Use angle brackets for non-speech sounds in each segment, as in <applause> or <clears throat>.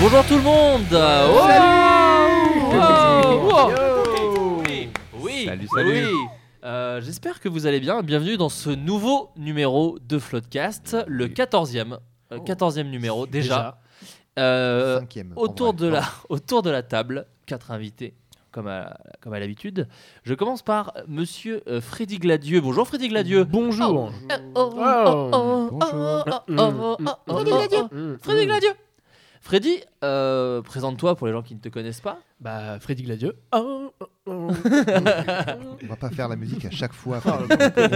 Bonjour tout le monde Oh Oh, Wow Wow Oui, oui, Salut, salut. oui. Euh, J'espère que vous allez bien. Bienvenue dans ce nouveau numéro de Floodcast, le 14e. euh, 14e numéro déjà. Euh, Cinquième, en autour, de vrai. la, <laughs> autour de la table, quatre invités, comme à, comme à l'habitude. Je commence par monsieur euh, Freddy Gladieux. Bonjour Freddy Gladieux. Oh. Bonjour. oh, Ah Mm. Bonjour. Mm. Freddy Gladieux. oh, Freddy Gladieux. Freddy, euh, présente-toi pour les gens qui ne te connaissent pas. Bah, Freddy Gladieux. Oh, oh, <laughs> oh. On va pas faire la musique à chaque Ah, fois.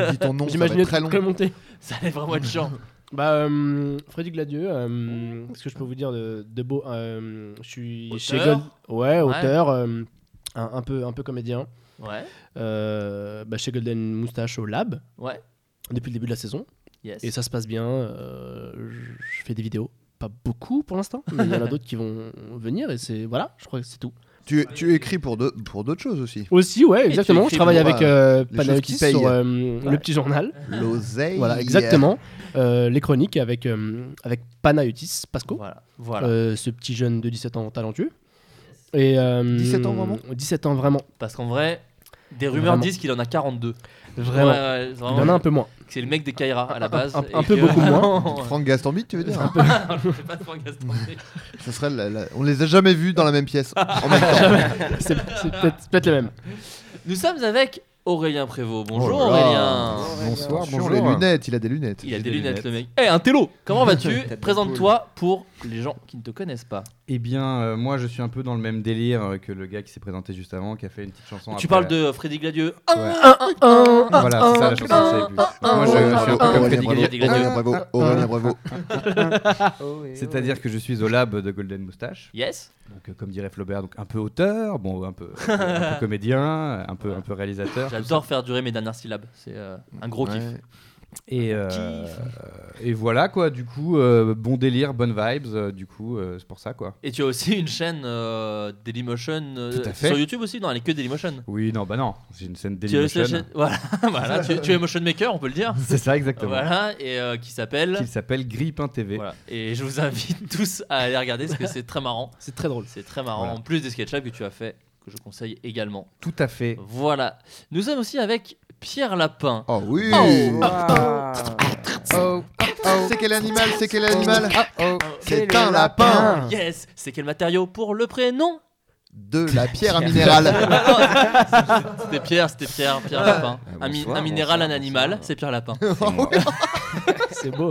on dit ton nom, ça va J'imaginais être très long. très monté. Ça allait vraiment être chiant. Bah, euh, Freddy Gladieux, euh, qu'est-ce que je peux vous dire de, de beau euh, Je suis Auteur. chez Gold. Ouais, auteur, euh, un, un peu, un peu comédien. <laughs> Ouais, Euh, bah, chez Golden Moustache au Lab ouais, depuis le début de la saison. yes. Et ça se passe bien. euh, je- je fais des vidéos. Pas beaucoup pour l'instant, mais il y en a <laughs> d'autres qui vont venir. Et c'est. Voilà, je crois que c'est tout. Tu, tu écris pour d'autres pour d'autres choses aussi. Aussi, ouais, tu exactement. écris Je travaille pour, avec euh, les choses qui Panayotis sur payent. euh, le petit journal. L'oseille. Voilà, exactement. Euh, les chroniques avec, euh, avec Panayotis Pasco, Voilà, voilà. euh, ce petit jeune de 17 ans talentueux. Et, euh, 17 ans vraiment 17 ans vraiment. Parce qu'en vrai, des rumeurs Vraiment. disent qu'il en a 42. Vraiment. Ouais, ouais, Il vraiment. y en a un peu moins. C'est le mec des Kaira à la base. un- et un peu que- <laughs> Ah beaucoup moins. Non, Euh, Franck Gastambide, tu veux dire hein c'est pas de Franck Gaston. Ça serait la- la- On les a jamais vus dans la même pièce en même temps. C'est c'est peut-être peut-être le même. Nous sommes avec Aurélien Prévost. Bonjour Oh là là. Aurélien. Bonsoir, Aurélien. bonjour. Bonjour. Les lunettes, il a des lunettes. Il a J'ai des des lunettes, lunettes. le mec. Eh, un télo Comment vas-tu Tête de Présente-toi pour les gens qui ne te connaissent pas. Eh bien, euh, moi, je suis un peu dans le même délire euh, que le gars qui s'est présenté juste avant, qui a fait une petite chanson. Tu Oh, après. parles de Freddy Gladieux. Ouais. Voilà, c'est ça la chanson. que je savais plus. Moi, je, je suis un peu comme Aurélien Freddy Bravo, Gallier. Gallier. Aurélien Bravo, Aurélien Bravo. C'est-à-dire que je suis au lab de Golden Moustache. Yes Donc, euh, comme dirait Flaubert, donc un peu auteur, bon, un peu, un peu- un <laughs> peu comédien, un peu, un peu réalisateur. J'adore faire durer mes dernières syllabes. C'est euh, un gros kiff. Ouais. Et, euh, et voilà quoi, du coup, euh, bon délire, bonne vibes, euh, du coup, euh, c'est pour ça quoi. Et tu as aussi une chaîne euh, Dailymotion euh, Tout à fait. sur YouTube aussi Non, elle est que Dailymotion. Oui, non, bah non, c'est une scène Tu as aussi la Dailymotion. chaîne- <laughs> Voilà, voilà, tu, tu es motion maker, on peut le dire. C'est ça exactement. Voilà, et euh, qui s'appelle. Qui s'appelle Grippin TV. Voilà. Et je vous invite <laughs> tous à aller regarder parce que c'est très marrant. C'est très drôle. C'est très marrant. Voilà. En plus des SketchUp que tu as fait, que je conseille également. Tout à fait. Voilà. Nous sommes aussi avec Pierre Lapin. Oh oui Oh. Oh, C'est quel animal C'est quel animal oh, C'est un lapin Yes C'est quel matériau pour le prénom Ah, De la pierre <laughs> à minéral. C'était Pierre, c'était Pierre, Pierre Lapin. Ah, un, mi- bonsoir, un minéral, bonsoir, un animal, bonsoir. c'est Pierre Lapin. Oh C'est moi. C'est beau.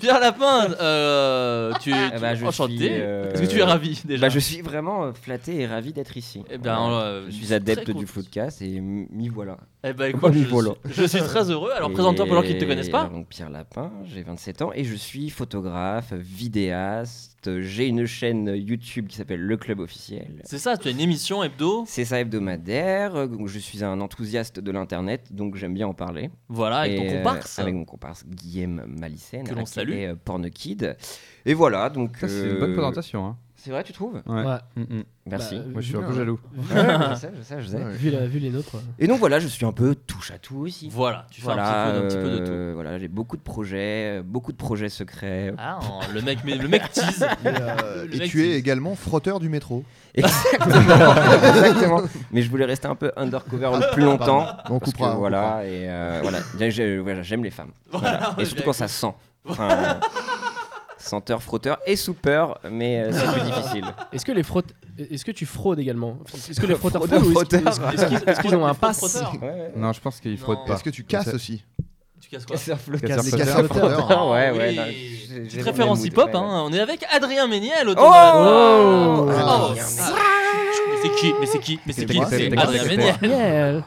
Pierre Lapin, euh, tu es Eh ben, je enchanté. suis, euh, Est-ce que tu es ravi déjà Bah, je suis vraiment euh, flatté et ravi d'être ici. Eh ben, Voilà. euh, je je suis suis adepte très du content. podcast et m- m'y voilà. Eh ben, Moi, écoute, je, je suis polo. suis- je suis très heureux. Alors présente-toi pour les gens qui ne te connaissent pas. Donc Pierre Lapin, j'ai 27 ans et je suis photographe, vidéaste. J'ai une chaîne YouTube qui s'appelle Le Club Officiel. C'est ça, tu as une émission hebdo. C'est ça hebdomadaire. euh, Je suis un enthousiaste de l'internet, donc j'aime bien en parler. Voilà, Ah, avec Et, ton euh, comparse. Avec mon comparse Guillaume Malicène, Que l'on aka, salue. euh, Pornokid. Et voilà, donc. Ça, C'est une euh, bonne présentation. Hein. C'est vrai, tu trouves Ouais. Ouais. Mm, mm. Merci. Bah, Moi, je suis vu- un peu jaloux. <laughs> Ouais, je sais, je sais, je sais. Vu, la- vu les nôtres. Et donc voilà, je suis un peu touche à tout aussi. Voilà, tu fais Voilà, un, petit peu, un petit peu de tout. euh, Voilà, j'ai beaucoup de projets, euh, beaucoup de <laughs> projets secrets. Ah, le mec, mais le mec tease. <laughs> Et, euh, Le et mec tu qui- es également frotteur du métro. Exactement, exactement. Mais je voulais rester un peu undercover le plus longtemps. On parce que coupera. on coupera. voilà, et euh, voilà. J'ai- j'ai- voilà, j'aime les femmes. Voilà, Voilà. j'ai Et surtout quand ça sent. Enfin, euh, senteur, frotteur et soupeur, mais euh, c'est plus difficile. Est-ce que les frottes. Est-ce que tu fraudes également Est-ce que les frotteurs Fraudeur, fraudent ou est-ce qu'ils- frotteur. est-ce qu'ils est-ce qu'ils ont un Les fraudes pass fraudeurs. Non, je pense qu'il Non. fraude pas. Est-ce que Bah, tu casses Ça- aussi Tu casses quoi flotteur. Casseur Les frotteur. casseurs frotteur. frotteurs. hein. Ah ouais, oui. ouais, non, j'ai- j'ai Petite vraiment référence le mood, hip-hop, ouais, hein. on est avec Adrien Méniel. Oh Oh Ah. Mais c'est qui Mais c'est qui Mais c'est C'est qui moi, C'est c'était Adrien moi. Méniel. Miel.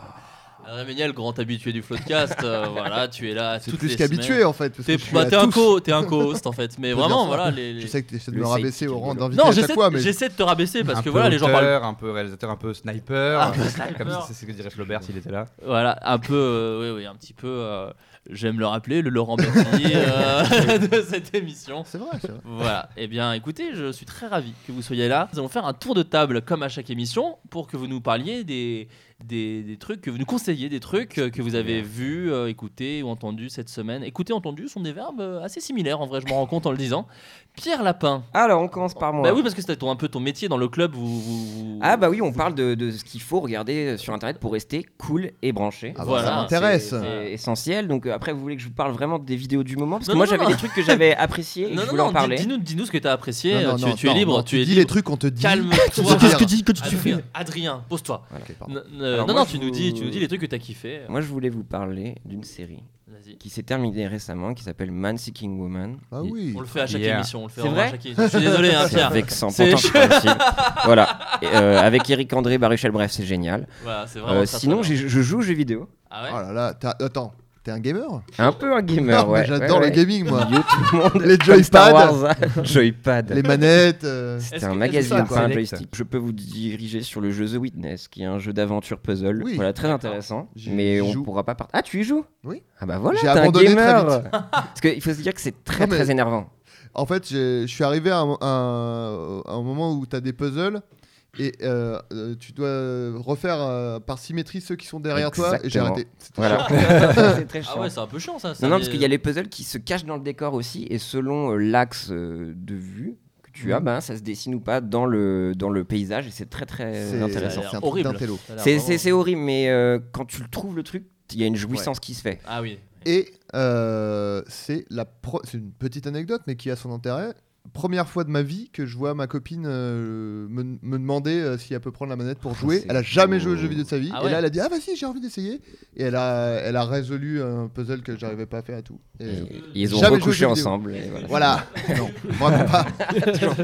Adrien Méniel, grand habitué du Floodcast. euh, voilà, tu es là. C'est toutes plus les qu'habitué semaines. en fait. parce que T'es je suis bah, à t'es un tous. co, t'es un co-host en fait. Mais Faut dire vraiment, ça. voilà. les- les- Je sais que t'essaies de Le me rabaisser sidekick au rang rigolo. d'invité Non, à chaque j'essaie fois, mais j'essaie de te rabaisser parce Un que peu voilà, les gens parlent. auteur, Un peu réalisateur, un peu sniper. Un peu sniper. Comme ça, c'est ce que dirait Flaubert s'il était là. Voilà, un peu, euh, oui, oui, un petit peu. euh, J'aime le rappeler, le Laurent <laughs> Berti euh, <laughs> de cette émission. c'est vrai. c'est vrai. Voilà, eh bien écoutez, je suis très ravi que vous soyez là. Nous allons faire un tour de table comme à chaque émission pour que vous nous parliez des, des, des trucs, que vous nous conseillez, des trucs euh, que vous avez vus, euh, écoutés ou entendus cette semaine. Écouter, entendu sont des verbes euh, assez similaires, en vrai, je m'en rends compte en le disant. Pierre Lapin. Alors, on commence par moi. Bah oui, parce que c'était ton- un peu ton métier dans le club. Vous, vous- vous- Ah euh, bah oui, on parle de, de ce qu'il faut regarder euh, sur internet pour rester cool et branché. Ah bah, Voilà. ça m'intéresse. C'est- C'est essentiel. Donc euh, après, vous voulez que je vous parle vraiment des vidéos du moment parce que Non, moi non, j'avais non. des trucs que <laughs> j'avais appréciés et Non, je non, voulais non, en parler. dis- dis-nous dis-nous ce que t'as apprécié. Non, non, Eh, tu, non, tu es non, libre. non, tu, es dis libre. les trucs qu'on te dit. Calme-toi. Bah Qu'est-ce que dis, que tu fais Adrien, Adrien, pose-toi. Ok, pardon. N- euh, Alors non, moi, non, je tu vous- nous dis, tu nous dis les trucs que t'as kiffé. Moi, je voulais vous parler d'une série Vas-y. qui s'est terminée récemment, qui s'appelle Man Seeking Woman. Ah oui. On le fait à chaque Yeah. émission. On le fait C'est vraiment vrai à chaque émission. Je suis désolé, hein, <laughs> C'est Pierre. vexant. C'est- Pourtant, <laughs> c'est pas possible. voilà. Et, euh, avec Eric André, Baruchel, bref, c'est génial. Voilà, c'est Euh, vraiment. très, très sinon, bien. j'ai- je joue aux jeux vidéo. Ah ouais. Oh là là, t'as- attends, t'es un gamer Un peu un Ah, <laughs> gamer, bah, ouais. J'adore ouais, le ouais. gaming, moi. <laughs> Yo, tout le monde. Les Comme Star joypads, Wars, Joypad. les manettes. euh, Est-ce C'était que- un est-ce magazine, que- pas un Select. joystick. Je peux vous diriger sur le jeu The Witness, qui est un jeu d'aventure puzzle. Oui. Voilà, très intéressant. J'y- Mais j'y on joue. pourra pas partir. Ah, tu y joues Oui. Ah bah voilà, J'ai t'es un abandonné très gamer. vite. <laughs> Parce qu'il faut se dire que c'est très Non, mais- <laughs> très énervant. En fait, j'ai- je suis arrivé à un, à- à un moment où t'as des puzzles et euh, euh, tu dois refaire euh, par symétrie ceux qui sont derrière toi. Et j'ai Exactement. arrêté. C'était Voilà. chiant. c'est très chiant. Ah ouais, c'est un peu chiant ça. ça Non, non, des- parce qu'il y a les puzzles qui se cachent dans le décor aussi, et selon euh, l'axe euh, de vue que Mm. tu as, ben, ça se dessine ou pas dans le, dans le paysage, et c'est très très C'est intéressant. Ça a l'air C'est un truc horrible. d'intello. Ça a l'air C'est- vraiment- C'est c'est horrible, mais euh, quand tu le trouves le truc, il y a une jouissance qui se fait. Ah <laughs> oui. Et euh, c'est la pro- c'est une petite anecdote, mais qui a son intérêt. Première fois de ma vie que je vois ma copine euh, me, me demander euh, si elle peut prendre la manette pour Ah, jouer. c'est Elle a jamais beau. joué aux jeux vidéo de sa vie. Ah Et ouais. là, elle a dit Ah, bah si, j'ai envie d'essayer. Et elle a, elle a résolu un puzzle que j'arrivais pas à faire et tout. Et- Et ils ont Jamais joué aux recouché jeux vidéo. ensemble. et voilà. Voilà. non, vraiment pas.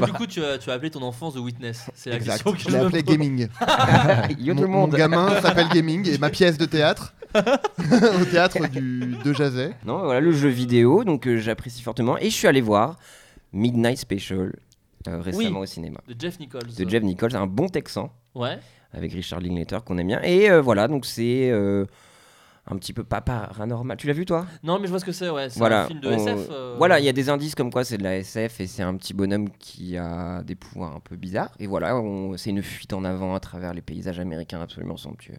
Du coup, tu as, tu as appelé ton enfance The Witness. C'est la Exact. question que Je je l'ai me appelé pose. Gaming. <laughs> Yo tout Mon, le mon monde. gamin s'appelle Gaming et ma pièce de théâtre au théâtre du, de Jazet. Non, voilà le jeu vidéo, donc euh, j'apprécie fortement. Et je suis allé voir Midnight Special euh, récemment au cinéma De Jeff Nichols. de Jeff Nichols, un bon Texan Ouais. avec Richard Linklater qu'on aime bien. Et euh, voilà, donc c'est euh, un petit peu pas paranormal. Tu l'as vu toi Non, mais je vois ce que c'est, ouais. C'est Voilà, un film de on- SF. euh, Voilà, il y a des indices comme quoi c'est de la SF et c'est un petit bonhomme qui a des pouvoirs un peu bizarres. Et voilà, on- c'est une fuite en avant à travers les paysages américains absolument somptueux.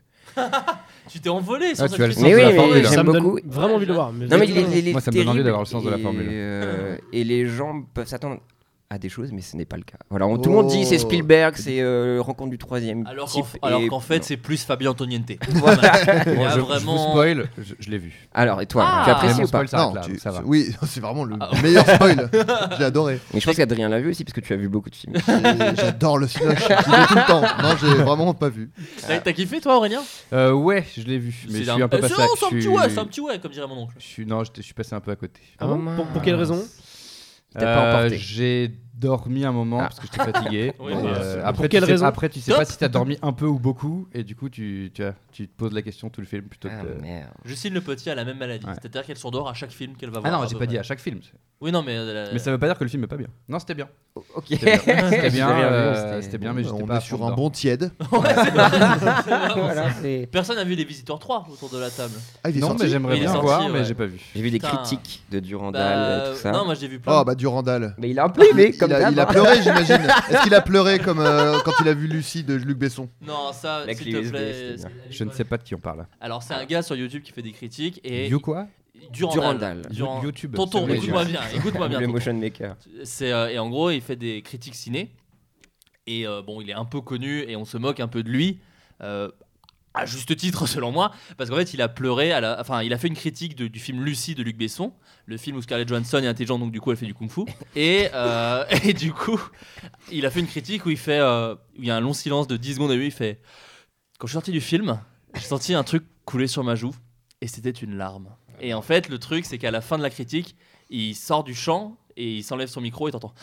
Tu t'es envolé sur Ah, cette tu as le question. sens Mais de oui, la mais formule. j'aime Ça me donne beaucoup. vraiment envie de le voir. mais Non mais j'ai- il est, il est Moi, ça me donne envie terrible d'avoir le sens de la et, formule. Ah. euh, et les gens peuvent s'attendre à des choses, mais ce n'est pas le cas. Voilà, on- tout le monde dit Oh. c'est Spielberg, c'est euh, Rencontre du troisième Alors qu'en type. f- alors et- qu'en fait, non. c'est plus Fabien <laughs> Antoniente. Voilà. Il y Bon, a je, je vous vraiment. spoil, je, je l'ai vu. Alors et toi, Ah. tu Après, apprécies mon ou pas spoil s'arrête Non, là, tu- donc ça va. Oui, <laughs> c'est vraiment le meilleur spoil. J'ai adoré. Mais je pense qu'Adrien l'a vu aussi parce que tu as vu beaucoup de films. J'ai- J'adore le cinoche. Je le dis tout le temps. Non, j'ai vraiment pas vu. T'as t'as kiffé, toi, Aurélien Euh, ouais, je l'ai vu, mais je suis un peu euh, passé c'est- à oh, C'est un je petit suis- ouais, c'est un petit ouais, comme dirait mon oncle. je suis- Non, j'étais- je suis passé un peu à côté. Ah bon pour, pour quelle raison Il t'a pas Euh, emporté. J'ai dormi un moment Ah. parce que j'étais fatigué. <laughs> Oui, Euh, bah, c'est- après, pour tu quelle sais- raison Après, tu sais Top. pas si t'as dormi un peu ou beaucoup, et du coup, tu, tu, as- tu te poses la question tout le film plutôt Ah que. de- merde. Justine Le Petit a la même maladie. Ouais. C'est-à-dire qu'elle s'endort à chaque film qu'elle va Ah voir. non, à j'ai peu pas dit près. à chaque film. Oui, non, mais. euh, Mais ça veut pas dire que le film est pas bien. Non, c'était bien. Oh, Ok. <laughs> C'était bien, J'ai <laughs> c'était bien, rien vu, euh, c'était- c'était bien, mais j'étais On pas à est fond sur un dedans. bon tiède. <laughs> Voilà, c'est- Personne n'a vu Les Visiteurs 3 autour de la table. Ah, il est Non, sorti mais j'aimerais Il est bien sorti, voir, ouais. mais j'ai pas vu. J'ai vu des Putain. critiques de Durandal Bah, et tout ça. Non, moi j'ai vu plein. Oh, bah Durandal. Mais il a un peu aimé Il comme a, d'hab, il a hein. pleuré, j'imagine. <laughs> Est-ce qu'il a pleuré comme euh, quand il a vu Lucie de Luc Besson Non, ça, La s'il clé te USB, plaît. c'était c'est- Je ne sais pas de qui on parle. Alors, c'est un gars sur YouTube qui fait des critiques et. You quoi Durandal. Durandal. Durand- YouTube, c'est Tonton, vrai, écoute-moi YouTube. bien, écoute-moi bien. le tonton. motion maker. C'est, euh, et en gros, il fait des critiques ciné. Et euh, bon, il est un peu connu et on se moque un peu de lui. euh, à juste titre, <laughs> selon moi. Parce qu'en fait, il a pleuré. À la... Enfin, il a fait une critique de- du film Lucie de Luc Besson. Le film où Scarlett Johansson est intelligente, donc du coup, elle fait du kung-fu. Et, euh, et du coup, il a fait une critique où il fait. euh, où il y a un long silence de 10 secondes et lui, il fait. Quand je suis sorti du film, j'ai senti un truc couler sur ma joue. Et c'était une larme. Et en fait, le truc, c'est qu'à la fin de la critique, il sort du champ et il s'enlève son micro et t'entends.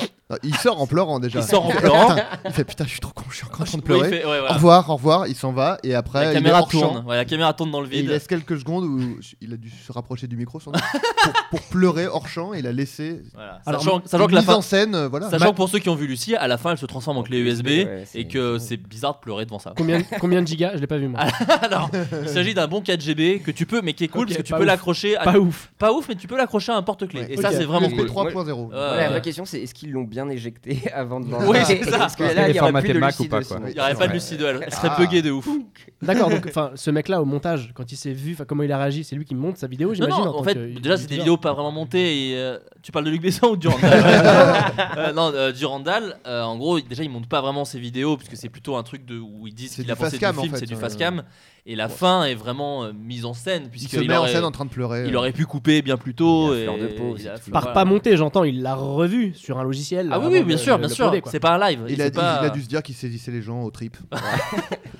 Non, Ah, Il sort en pleurant déjà. Il sort en fait, pleurant. Putain, il fait putain, je suis trop con, je suis encore en train de Oui, il pleurer. fait- <laughs> ouais, voilà. Au revoir, au revoir. Il s'en va et après la il caméra retourne. tourne. Ouais, la caméra tourne dans le Et il vide. laisse quelques secondes où il a dû se rapprocher du micro sans doute, pour, pour pleurer hors champ. Il a laissé. Voilà. Alors, sachant sachant une que la mise fin, en scène, euh, voilà. sachant que pour ceux qui ont vu Lucie, à la fin, elle se transforme en clé USB Ouais, c'est- et que c'est bizarre de pleurer devant ça. Combien, combien de gigas Je l'ai pas vu moi. <laughs> Alors, il s'agit d'un bon 4 GB que tu peux, mais qui est cool Ok, parce que tu pas peux ouf. Ah, l'accrocher. À... Pas ouf. Pas ouf, mais tu peux l'accrocher à un porte-clé. Ouais. Et ça, Ok. c'est vraiment Et- cool. ouais. 3.0. Euh, Ouais, la vraie question c'est est-ce qu'ils l'ont bien bien éjecté <laughs> avant de l'enlever. Oui, c'est ça. Parce que là, Parce qu'elle il est y aurait formatée plus le Mac ou Lucido pas, quoi. sinon. Il n'y aurait pas de Lucido, elle elle serait Ah. buggée de ouf. D'accord, donc enfin, ce mec-là au montage, quand il s'est vu, enfin comment il a réagi, c'est lui qui monte sa vidéo, Non, j'imagine. non, en en tant fait, que déjà, c'est des youtubeur. vidéos pas vraiment montées. Et, euh, tu parles de Luc Besson ou de Durandal Euh, Non, euh, Durandal, euh, en gros, déjà, il monte pas vraiment ses vidéos, puisque c'est plutôt un truc de, où ils disent C'est qu'il du a pensé du fast-cam, en film, fait, c'est du ouais. fast-cam. Et la fin est vraiment euh, mise en scène, Il puisque se met en aurait, scène en train de pleurer. il aurait pu couper bien plus tôt. Il a fleur de et peau, il c'est a- tout. Par voilà. pas monté, j'entends, il l'a revu sur un logiciel. Ah oui, avant oui, de bien sûr, le- bien le sûr. poder, quoi. C'est pas un live. Il fait a, il- pas, il a dû se dire qu'il saisissait les gens aux tripes. Ah, à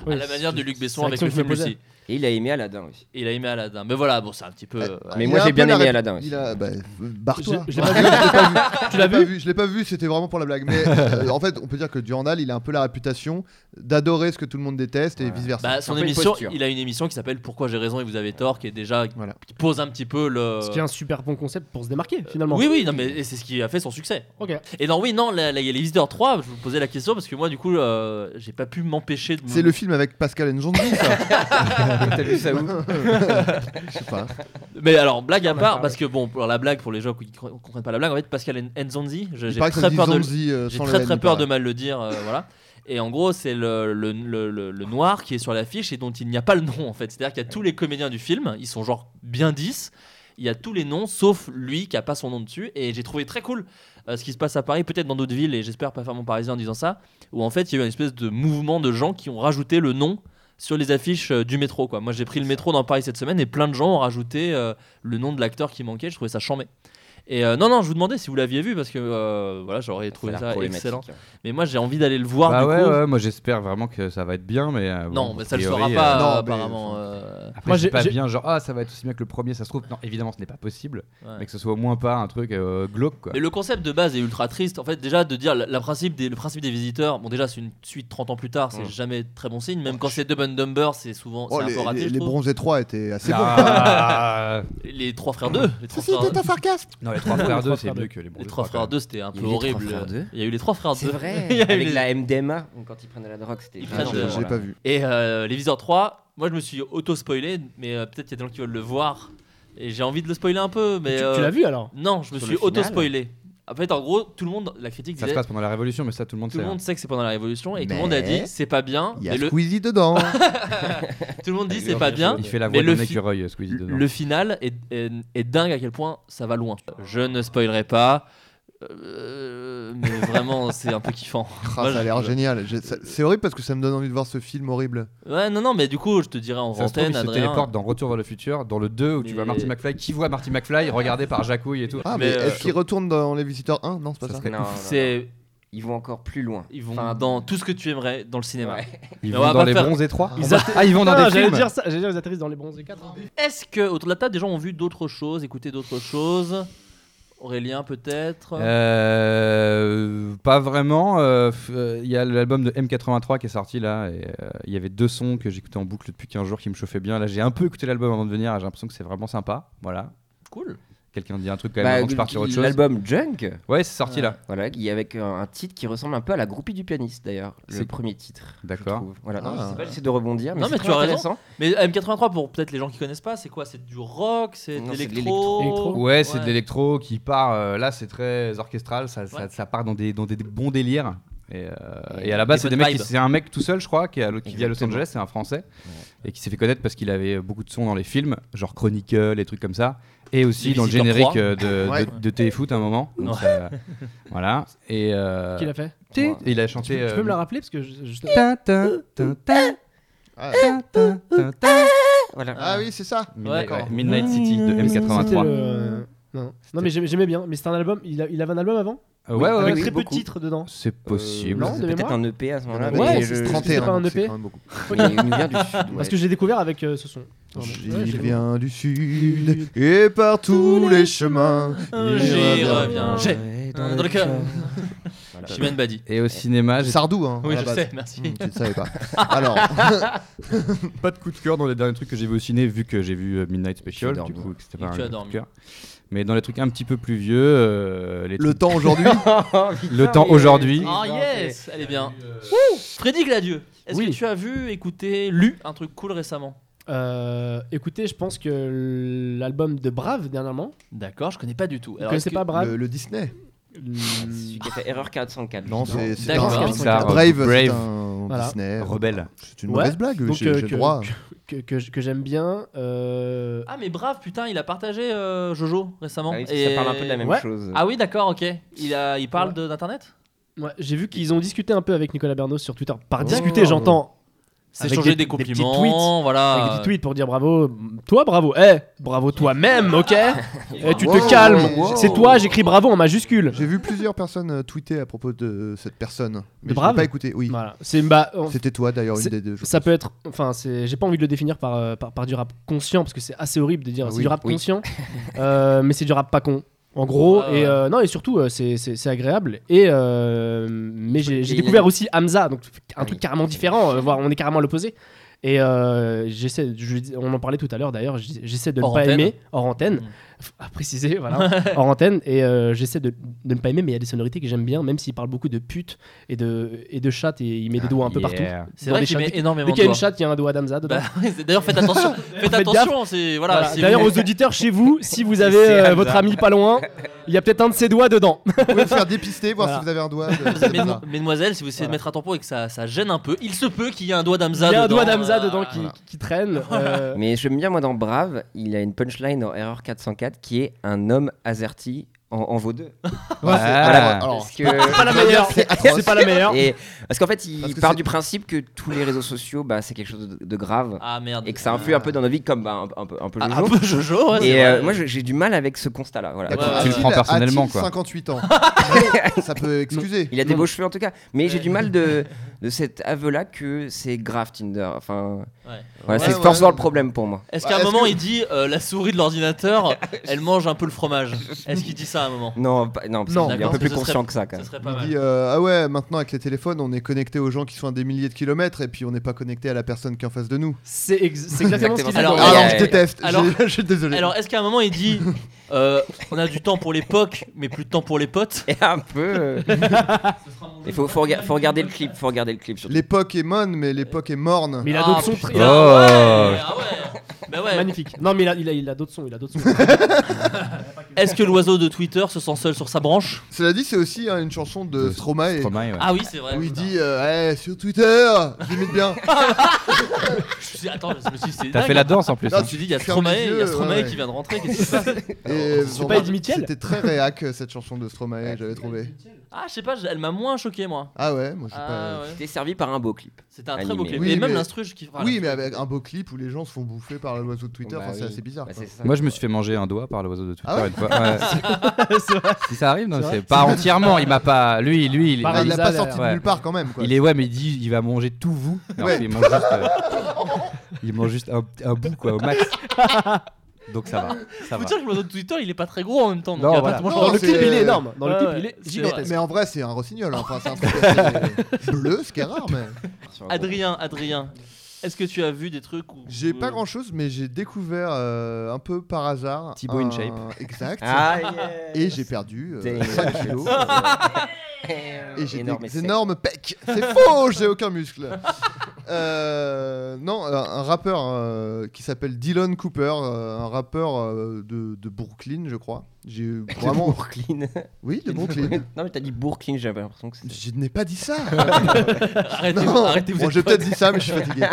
Oui, la manière de Luc c'est- Besson c'est avec l'action le que je film me posais. aussi. Et il a aimé Aladdin aussi. Et il a aimé Aladdin. Mais voilà, bon, c'est un petit peu. Euh, euh, Mais il moi, a un j'ai peu bien la aimé ré- Aladdin aussi. Il a, bah, euh, Je- barre-toi. je l'ai pas vu, je l'ai pas vu. Tu l'as <laughs> Je l'ai vu pas vu, je l'ai pas vu, c'était vraiment pour la blague. Mais euh, en fait, on peut dire que Durandal, il a un peu la réputation d'adorer ce que tout le monde déteste et Voilà. vice versa. Bah, un son peu une émission, posture. il a une émission qui s'appelle Pourquoi j'ai raison et vous avez tort, qui est déjà Voilà. qui pose un petit peu le. Ce qui est un super bon concept pour se démarquer finalement. euh, Oui, oui, non, mais et c'est ce qui a fait son succès. Ok. Et non, oui, non, la, la- les visiteurs 3, je vous posais la question parce que moi, du coup, euh, j'ai pas pu m'empêcher de. me- C'est le film avec Pascal Njondi, <laughs> ça T'as vu ça où Je sais pas. Mais alors, blague à On en part, parle. parce que bon, pour la blague, pour les gens qui cro- comprennent pas la blague, en fait, Pascal N- Nzonzi, je- Il j'ai paraît que ça très se dit peur de. le- Zonzi, euh, J'ai sans le très N, très il peur de paraît. mal le dire, euh, voilà. Et en gros, c'est le, le, le- le- le noir qui est sur l'affiche et dont il n'y a pas le nom en fait. C'est-à-dire qu'il y a tous les comédiens du film, ils sont genre bien 10. Il y a tous les noms sauf lui qui a pas son nom dessus. Et j'ai trouvé très cool euh, ce qui se passe à Paris, peut-être dans d'autres villes, et j'espère pas faire mon parisien en disant ça, où en fait il y a eu une espèce de mouvement de gens qui ont rajouté le nom sur les affiches euh, du métro. Quoi. Moi j'ai pris le métro dans Paris cette semaine et plein de gens ont rajouté euh, le nom de l'acteur qui manquait. Je trouvais ça chambé. Et euh, non, non, je vous demandais si vous l'aviez vu parce que euh, voilà, j'aurais trouvé ça excellent. hein. Mais moi j'ai envie d'aller le voir Bah du ouais, coup. ouais, moi j'espère vraiment que ça va être bien, mais. euh, Non, bon, mais a ça le sera priori, euh, pas non, euh, mais- apparemment. euh, Après, Moi, c'est j'ai- pas j'ai- bien, genre, ah, ça va être aussi bien que le premier, ça se trouve. Non, évidemment, ce n'est pas possible, ouais. mais que ce soit au moins pas un truc euh, glauque, quoi. Mais le concept de base est ultra triste. En fait, déjà de dire la, la principe des, le principe des visiteurs. Bon, déjà c'est une suite 30 ans plus tard, c'est Mm. jamais très bon signe. Oh, Même quand c'est Dumb and Dumber, c'est souvent Oh, c'est les, un peu raté. les- je les trouve. bronzés 3 étaient assez bons. Ah. Les trois frères 2 Les trois frères, un sarcasme <laughs> <laughs> non, les trois frères 2, c'est frères mieux que les bons. les trois frères 2 c'était un Il y peu a eu les Trois horrible. Frères 2. Il y a eu les trois frères 2 <laughs> C'est Il y vrai, a eu avec les- la MDMA, donc quand ils prennent de la drogue, c'était. Ils Ah, prennent non, de- je- J'ai voilà. pas vu. Et euh, les visiteurs 3 Moi je me suis auto spoilé, mais euh, peut-être il y a des gens qui veulent le voir et j'ai envie de le spoiler un peu. Tu, Mais tu euh, l'as vu alors Non, je me Sur suis le final. auto spoilé. En fait, en gros, tout le monde, la critique Ça disait- se passe pendant la Révolution, mais ça, tout le monde Tout sait. hein. le monde sait que c'est pendant la Révolution et tout le Mais- monde a dit c'est pas bien. Il y Mais a le... Ah, Squeezie dedans. Tout le monde dit c'est pas bien. hein. Il fait la Mais voix le d'un fi- écureuil, Squeezie, dedans. Le final est, est- est dingue à quel point ça va loin. Je ne spoilerai pas. euh, mais vraiment, c'est un peu kiffant. Ah, Moi, ça a je- l'air génial. J'ai- ça- C'est horrible parce que ça me donne envie de voir ce film horrible. Ouais, non, non, mais du coup, je te dirai en Ça se trouve, antenne, il se Adrien. téléporte dans Retour vers le futur, dans le 2 où tu Mais- vois Marty McFly. Qui voit Marty McFly Regardé par Jacouille et tout. Ah, Mais, mais, euh, est-ce qu'il retourne dans Les Visiteurs 1 Non, c'est pas Ça ça. serait- Non, non, non. C'est, Ils vont encore plus loin. ils vont Enfin, dans tout ce que tu aimerais dans le cinéma. Ouais. Ils Mais on vont va dans pas les faire- bronzés 3. Ils Ah, ils vont dans Ah, des J'allais films. dire ça, j'allais dire ils atterrissent dans les bronzés hein. 4. Est-ce que autour de la table, des gens ont vu d'autres choses, écouté d'autres choses Aurélien, peut-être Euh, pas vraiment. euh, f- euh, Il y a l'album de M83 qui est sorti là. et, euh, Il y avait deux sons que j'écoutais en boucle depuis 15 jours qui me chauffaient bien. Là, j'ai un peu écouté l'album avant de venir. et J'ai l'impression que c'est vraiment sympa. Voilà. Cool. Quelqu'un dit un truc quand même Bah, avant que je parte sur autre chose. L'album Junk, Ouais, c'est sorti Ouais. là. voilà, il y a avec un un titre qui ressemble un peu à la groupie du pianiste d'ailleurs, le C'est- premier titre. je D'accord. trouve. Voilà, Ah. non, je sais pas, j'essaie de rebondir, mais Non, c'est mais très tu as raison. intéressant. Mais M83 pour peut-être les gens qui connaissent pas, c'est quoi C'est du rock, c'est de Non, c'est de l'électro. l'électro. Ouais, c'est de l'électro qui part. euh, là, c'est très orchestral. Ça, ça- Ouais. ça part dans des, dans des bons délires. Et, euh, Et- et à la base, des c'est des bonnes mecs qui- vibes. c'est un mec tout seul, je crois, qui, est à l'autre- qui vit à Los Exactement. Angeles, c'est un français, et qui s'est fait connaître parce qu'il avait beaucoup de sons dans les films, genre Chronicle, les trucs comme ça, et aussi Les dans le Visiteurs générique 3. euh, de, Ouais. de, de Téléfoot à un moment. Donc, ça- voilà. Et, euh, Qui l'a fait et il a chanté. tu, peux- tu peux euh, me la rappeler parce que je, je- Tin, tin, tin, tin, Ah, tin, tin, tin, tin. Voilà. Ah oui, c'est ça. Midnight, d'accord. ouais, Midnight City de M83. C'était le- Non, non, mais j'aimais j'aimais bien. Mais c'était un album. Il, a- il avait un album avant Euh, ouais, ouais, avec ouais, très peu de beaucoup. titres dedans. c'est possible. non, de C'était peut-être mémoire. un EP à ce moment-là. Ouais, mais c'est- je- c'est- 31, c'est pas un hein, E donc EP. c'est quand même beaucoup. mais il nous vient du sud. ouais. Parce que j'ai découvert avec euh, ce son. Vraiment. Ouais, Il j'ai- vient du sud et par tous les chemins. Euh, il J'y Ah, revient. reviens. J'ai Dans dans le cœur. Voilà. Chimène Badi. Et au Ah, cinéma, j'ai Sardou, hein. Oui, à la je base. sais, merci. Hmm, Tu ne savais pas. Alors, pas de coup de cœur dans les derniers trucs que j'ai vu au ciné, vu que j'ai vu euh, Midnight Special, Tu du dors, coup, que c'était Et pas un tu as coup dormi. de cœur. Mais dans les trucs un petit peu plus vieux, euh, les le trucs- temps aujourd'hui. le temps aujourd'hui. Ah, Oh yes, elle est bien. euh. Freddy Gladieux, est-ce Oui. que tu as vu, écouté, lu un truc cool récemment Euh, écoutez, je pense que l'album de Brave dernièrement. D'accord, je connais pas du tout. Vous connaissez est-ce que- pas <laughs> Brave Mm. Le, le Disney. Celui qui a fait Erreur 404. Non, c'est c'est D'accord. un- Pixar, Brave, Brave. c'est un Voilà. Disney. Rebelle. C'est une Ouais. mauvaise blague, Donc, j'ai euh, j'ai que- le droit. que, que, j- que j'aime bien. euh, Ah, mais brave, putain, il a partagé euh, Jojo récemment. Ah oui, parce que Ça parle un peu de la même Ouais. chose. Ah oui, d'accord, ok. Il, a, il parle Ouais. de- d'internet ouais, J'ai vu qu'ils ont discuté un peu avec Nicolas Bernos sur Twitter. Par Oh. discuter, j'entends C'est Avec changer des, des- des petits compliments, tweets. voilà. avec des tweets pour dire bravo. Toi, bravo. Eh, bravo toi-même, ok Eh, Tu Wow, te calmes. wow. C'est toi, j'écris bravo en majuscule. J'ai vu plusieurs personnes euh, tweeter à propos de euh, cette personne. Mais je Brave l'ai pas écouté, oui. Voilà. C'est bah, en- C'était toi d'ailleurs, une C'est- des deux. je ça pense. peut être enfin c'est j'ai pas envie de le définir par, euh, par, par du rap conscient parce que c'est assez horrible de dire Ah c'est oui, du rap oui. conscient euh, mais c'est du rap pas con en gros Ah et ouais. euh, non et surtout euh, c'est- c'est c'est agréable et euh, mais j'ai j'ai Et il a- découvert aussi Hamza donc un Ah truc oui. carrément différent euh, voire on est carrément à l'opposé et euh, j'essaie je lui dis- on en parlait tout à l'heure d'ailleurs j- j'essaie de Hors ne pas antenne. aimer hors antenne Mm. F- à préciser voilà hors antenne et euh, j'essaie de, de ne pas aimer mais il y a des sonorités que j'aime bien même s'il parle beaucoup de pute et de et de chatte et il met des doigts un Ah, peu partout C'est Dans vrai des qu'il chats- met énormément Dès de qu'il y a une doigts. chatte, il y a un doigt d'Amza dedans. Bah oui, c'est- <laughs> D'ailleurs, faites attention. Faites attention. C'est voilà. Voilà. si D'ailleurs, vous- aux auditeurs chez vous, si vous avez C'est euh, Hamza. votre ami pas loin, il y a peut-être un de ses doigts dedans. Vous pouvez <laughs> le faire dépister, voir Voilà. si vous avez un doigt. Mesdem- de- Mesdemoiselles, si vous essayez de Voilà. mettre à tampon et que ça, ça gêne un peu, il se peut qu'il y ait un doigt Il y d'Amza a dedans. un doigt d'Amza euh, dedans qui, voilà. qui traîne. euh, Mais j'aime bien, moi, dans Brave, il a une punchline en Erreur 404 qui est un homme azerty en, en vaut deux. Ah. Alors, <laughs> Parce que. C'est pas la meilleure. c'est atroce. C'est pas la meilleure. Et- parce qu'en fait, il Parce que part c'est- du principe que tous les réseaux sociaux, bah, c'est quelque chose de, de grave Ah merde. et que ça influe un peu dans nos vies, comme bah, un, un peu, un peu Ah, Jojo. un peu Jojo. ouais, c'est et euh, vrai. moi, je- j'ai du mal avec ce constat-là. Voilà. D'accord. Ouais, Qu'y ouais. a-t-il prends personnellement, a-t-il quoi. 58 ans. ça peut excuser. Il a des Non. beaux cheveux en tout cas, mais j'ai Ouais. du <laughs> mal de, de cet aveu-là que c'est grave Tinder. Enfin, Ouais. voilà, Ouais, c'est ouais. force voir le problème pour moi. Est-ce qu'à un Est-ce moment que- il dit euh, la souris de <laughs> l'ordinateur, elle mange un peu le fromage Est-ce qu'il dit ça à un moment Non, pas- non, parce Non. qu'il est un D'accord, parce que peu plus ce serait- conscient que ça quand Ce même. serait pas Il mal. dit euh, ah ouais maintenant avec les téléphones on est connecté aux gens qui sont à des milliers de kilomètres et puis on n'est pas connecté à la personne qui est en face de nous. C'est ex- c'est exactement ce qu'il dit. Alors, Ah Ouais, non ouais. je déteste. Alors- <laughs> je, je suis désolé. Alors, est-ce qu'à un moment il dit <laughs> euh, on a du temps pour les pocs, mais plus de temps pour les potes <laughs> Et un peu. euh, Il faut, faut, rega- faut regarder le clip, faut regarder le clip surtout. les Pokémon mais les Pokémon. Mais il a Ah, d'autres sons putain, très- ouais, Oh. ah ouais. Bah <laughs> ouais. Magnifique. Non, mais il a, il a, il a d'autres sons. Il a d'autres sons. Est-ce que l'oiseau de Twitter se sent seul sur sa branche Cela dit c'est aussi hein, une chanson de De Stromae. et- Stromae, ouais. Ah oui, c'est vrai. Où il dit euh, Eh, sur Twitter, j'imite bien. Je suis- Attends, je me suis dit, c'est T'as dingue. fait la danse en plus. Non, hein. Tu dis, il y a Ferme Stromae, les il y a yeux, Stromae ouais, qui ouais. vient de rentrer. Qu'est-ce qui se passe Et C'est bon, pas Eddie Mitchell C'était très réac euh, cette chanson de Stromae, j'avais trouvé. Ah, je sais pas, je- elle m'a moins choqué, moi. Ah ouais, moi je sais Ah, pas. ouais. T'es servi par un beau clip. C'était un très beau Animé. clip. Oui, Et même mais- l'instru, je kiffe. Oui, mais avec un beau clip où les gens se font bouffer par l'oiseau de Twitter, Bah enfin, c'est oui. assez bizarre. Bah, quoi. c'est ça, Moi, je quoi. me suis fait manger un doigt par l'oiseau de Twitter Ah ouais <laughs> une fois. Ouais. C'est vrai. si ça arrive, non, C'est c'est pas entièrement. Il m'a pas. Lui, lui, il, Ah, il Paralysé l'a pas à sorti de l'air. nulle part quand même. Quoi. il est ouais, mais il dit, il va manger tout vous. Alors Ouais. qu'il mange juste, euh, il mange juste un, un bout quoi, au max. Donc ça va, ça Faut va. dire que l'oiseau de Twitter, il est pas très gros en même temps. donc Non, il y a voilà. pas de- Dans le c'est- clip, il est énorme. Dans le Ouais, clip, ouais, il est c'est gigantesque. Mais en vrai, c'est un rossignol. hein. Enfin, c'est un truc <laughs> assez euh, bleu, ce qui est rare. Mais... Sur un gros clip. Adrien, Adrien, est-ce que tu as vu des trucs où. J'ai pas euh, grand chose, mais j'ai découvert euh, un peu par hasard. Thibaut un- InShape. Exact. Ah, yes. Et j'ai perdu euh, Dang. 5 <laughs> kilos. Et j'ai Énorme des essai. énormes pecs. C'est <laughs> faux, j'ai aucun muscle. Euh, non, un, un rappeur euh, qui s'appelle Dylan Cooper, euh, un rappeur euh, de, de Brooklyn, je crois. J'ai <laughs> eu De vraiment. Brooklyn. <laughs> Oui, de Brooklyn. non, mais t'as dit Brooklyn, j'avais l'impression que c'était. Je n'ai pas dit ça. Arrêtez, Non, arrêtez, vous bon, êtes j'ai potes. peut-être dit ça, mais <laughs> je suis fatigué.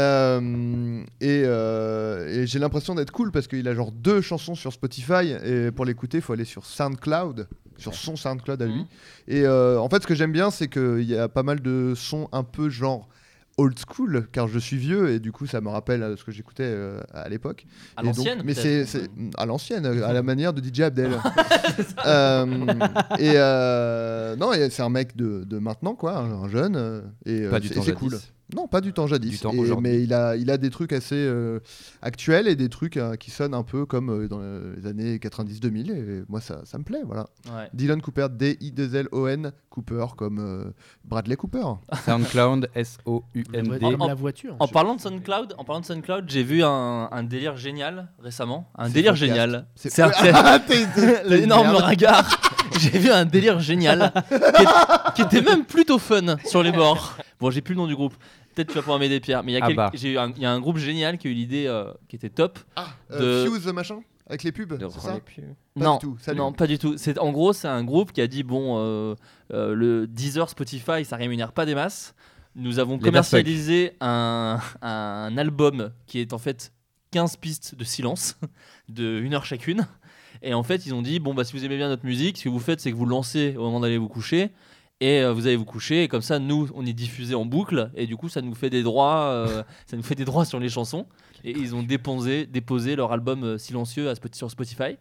Euh, et euh, et j'ai l'impression d'être cool parce qu'il a genre deux chansons sur Spotify et pour l'écouter, il faut aller sur SoundCloud, sur son SoundCloud à lui. Mhm. Et euh, en fait, ce que j'aime bien, c'est qu'il y a pas mal de sons un peu genre old school car je suis vieux et du coup ça me rappelle euh, ce que j'écoutais euh, à l'époque À Et donc- l'ancienne mais c'est peut-être. c'est- à l'ancienne à la manière de DJ Abdel <laughs> Euh, et euh, non et c'est un mec de, de maintenant quoi un un jeune euh, et euh, Pas du c'est- temps c'est jadis. cool non, pas du temps jadis. Du temps Et- aujourd'hui. mais il a, il a des trucs assez euh, actuels et des trucs euh, qui sonnent un peu comme euh, dans les années 90-2000. Et moi, ça, ça me plaît, voilà. Ouais. Dylan Cooper, D-I-2-L-O-N, Cooper, comme euh, Bradley Cooper. SoundCloud, S-O-U-N-D. En- en- la voiture. En parlant de SoundCloud, en parlant de SoundCloud, j'ai vu un, un délire génial récemment. Un C'est délire podcast. génial. C'est- C'est un- c'est- Ah, t'es- t'es- t'es l'énorme merde. regard. <laughs> J'ai vu un délire génial qui, est- qui était même plutôt fun sur les bords. Bon, j'ai plus le nom du groupe. Peut-être tu vas pouvoir m'aider, Pierre. Mais il y a Ah quel- bah. j'ai eu un- il y a un groupe génial qui a eu l'idée euh, qui était top. Ah, euh, de- Fuse, machin Avec les pubs, de c'est ça Euh, relais plus. Pas non, du tout, salut. non, pas du tout. C'est en gros, c'est un groupe qui a dit bon, euh, euh, le Deezer, Spotify, ça rémunère pas des masses. Nous avons Les commercialisé un, un album qui est en fait 15 pistes de silence <laughs> de une heure chacune. Et en fait, ils ont dit bon bah si vous aimez bien notre musique, ce que vous faites, c'est que vous le lancez au moment d'aller vous coucher. Et euh, vous allez vous coucher, et comme ça, nous, on est diffusé en boucle, et du coup, ça nous fait des droits, euh, ça nous fait des droits sur les chansons. Et ils ont déposé, déposé leur album euh, silencieux à Spot- sur Spotify,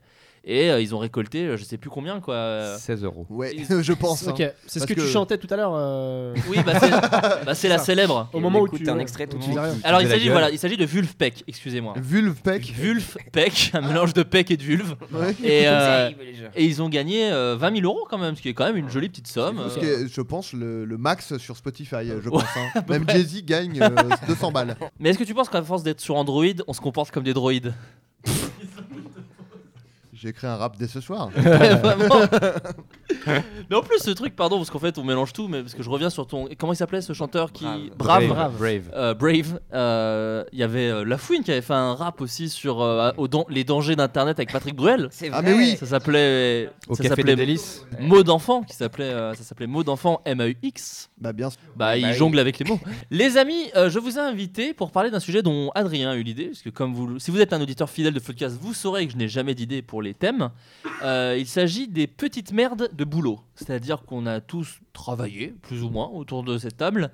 et euh, ils ont récolté, euh, je sais plus combien, quoi. euh. 16 euros. Ouais, Ils- <laughs> je pense. hein. Ok, c'est ce Parce que, tu que- chantais tout à l'heure. euh, Oui, bah c'est bah, c'est la Ça. célèbre. Au Et moment on où écoute tu euh, un extrait, tout le où tu monde dis rien. qui- Alors, de il la s'agit gueule. voilà, il s'agit de Vulve Peck, excusez-moi. Vulve pec. Vulve Peck, un mélange de Peck et de Vulve. Ouais. <laughs> Et, euh, Conseil, les gens. et ils ont gagné euh, 20 000 euros quand même, ce qui est quand même une jolie petite somme. Parce euh. que je pense le, le max sur Spotify, je Ouais, pense. hein. Même Jay-Z gagne euh, 200 balles. Mais est-ce que tu penses qu'à force d'être sur Android, on se comporte comme des droïdes J'ai écrit un rap dès ce soir. Ouais, vraiment. mais en plus, ce truc, pardon, parce qu'en fait, on mélange tout, mais parce que je reviens sur ton. Comment il s'appelait ce chanteur qui. Brave. Brave. Brave. Euh, Brave, euh, il y avait euh, La Fouine qui avait fait un rap aussi sur euh, aux dan- les dangers d'internet avec Patrick Bruel. C'est Ah, vrai. mais oui. Ça s'appelait Au ça café des s'appelait délices. Mot d'enfant qui s'appelait euh, ça s'appelait Mot d'enfant M A U X. Bah bien sûr. Bah, il oui. jongle avec les mots. <laughs> les amis, euh, je vous ai invités pour parler d'un sujet dont Adrien a eu l'idée, parce que comme vous, si vous êtes un auditeur fidèle de Floodcast, vous saurez que je n'ai jamais d'idée pour les thèmes. Euh, il s'agit des petites merdes de boulot, c'est-à-dire qu'on a tous travaillé plus ou moins autour de cette table.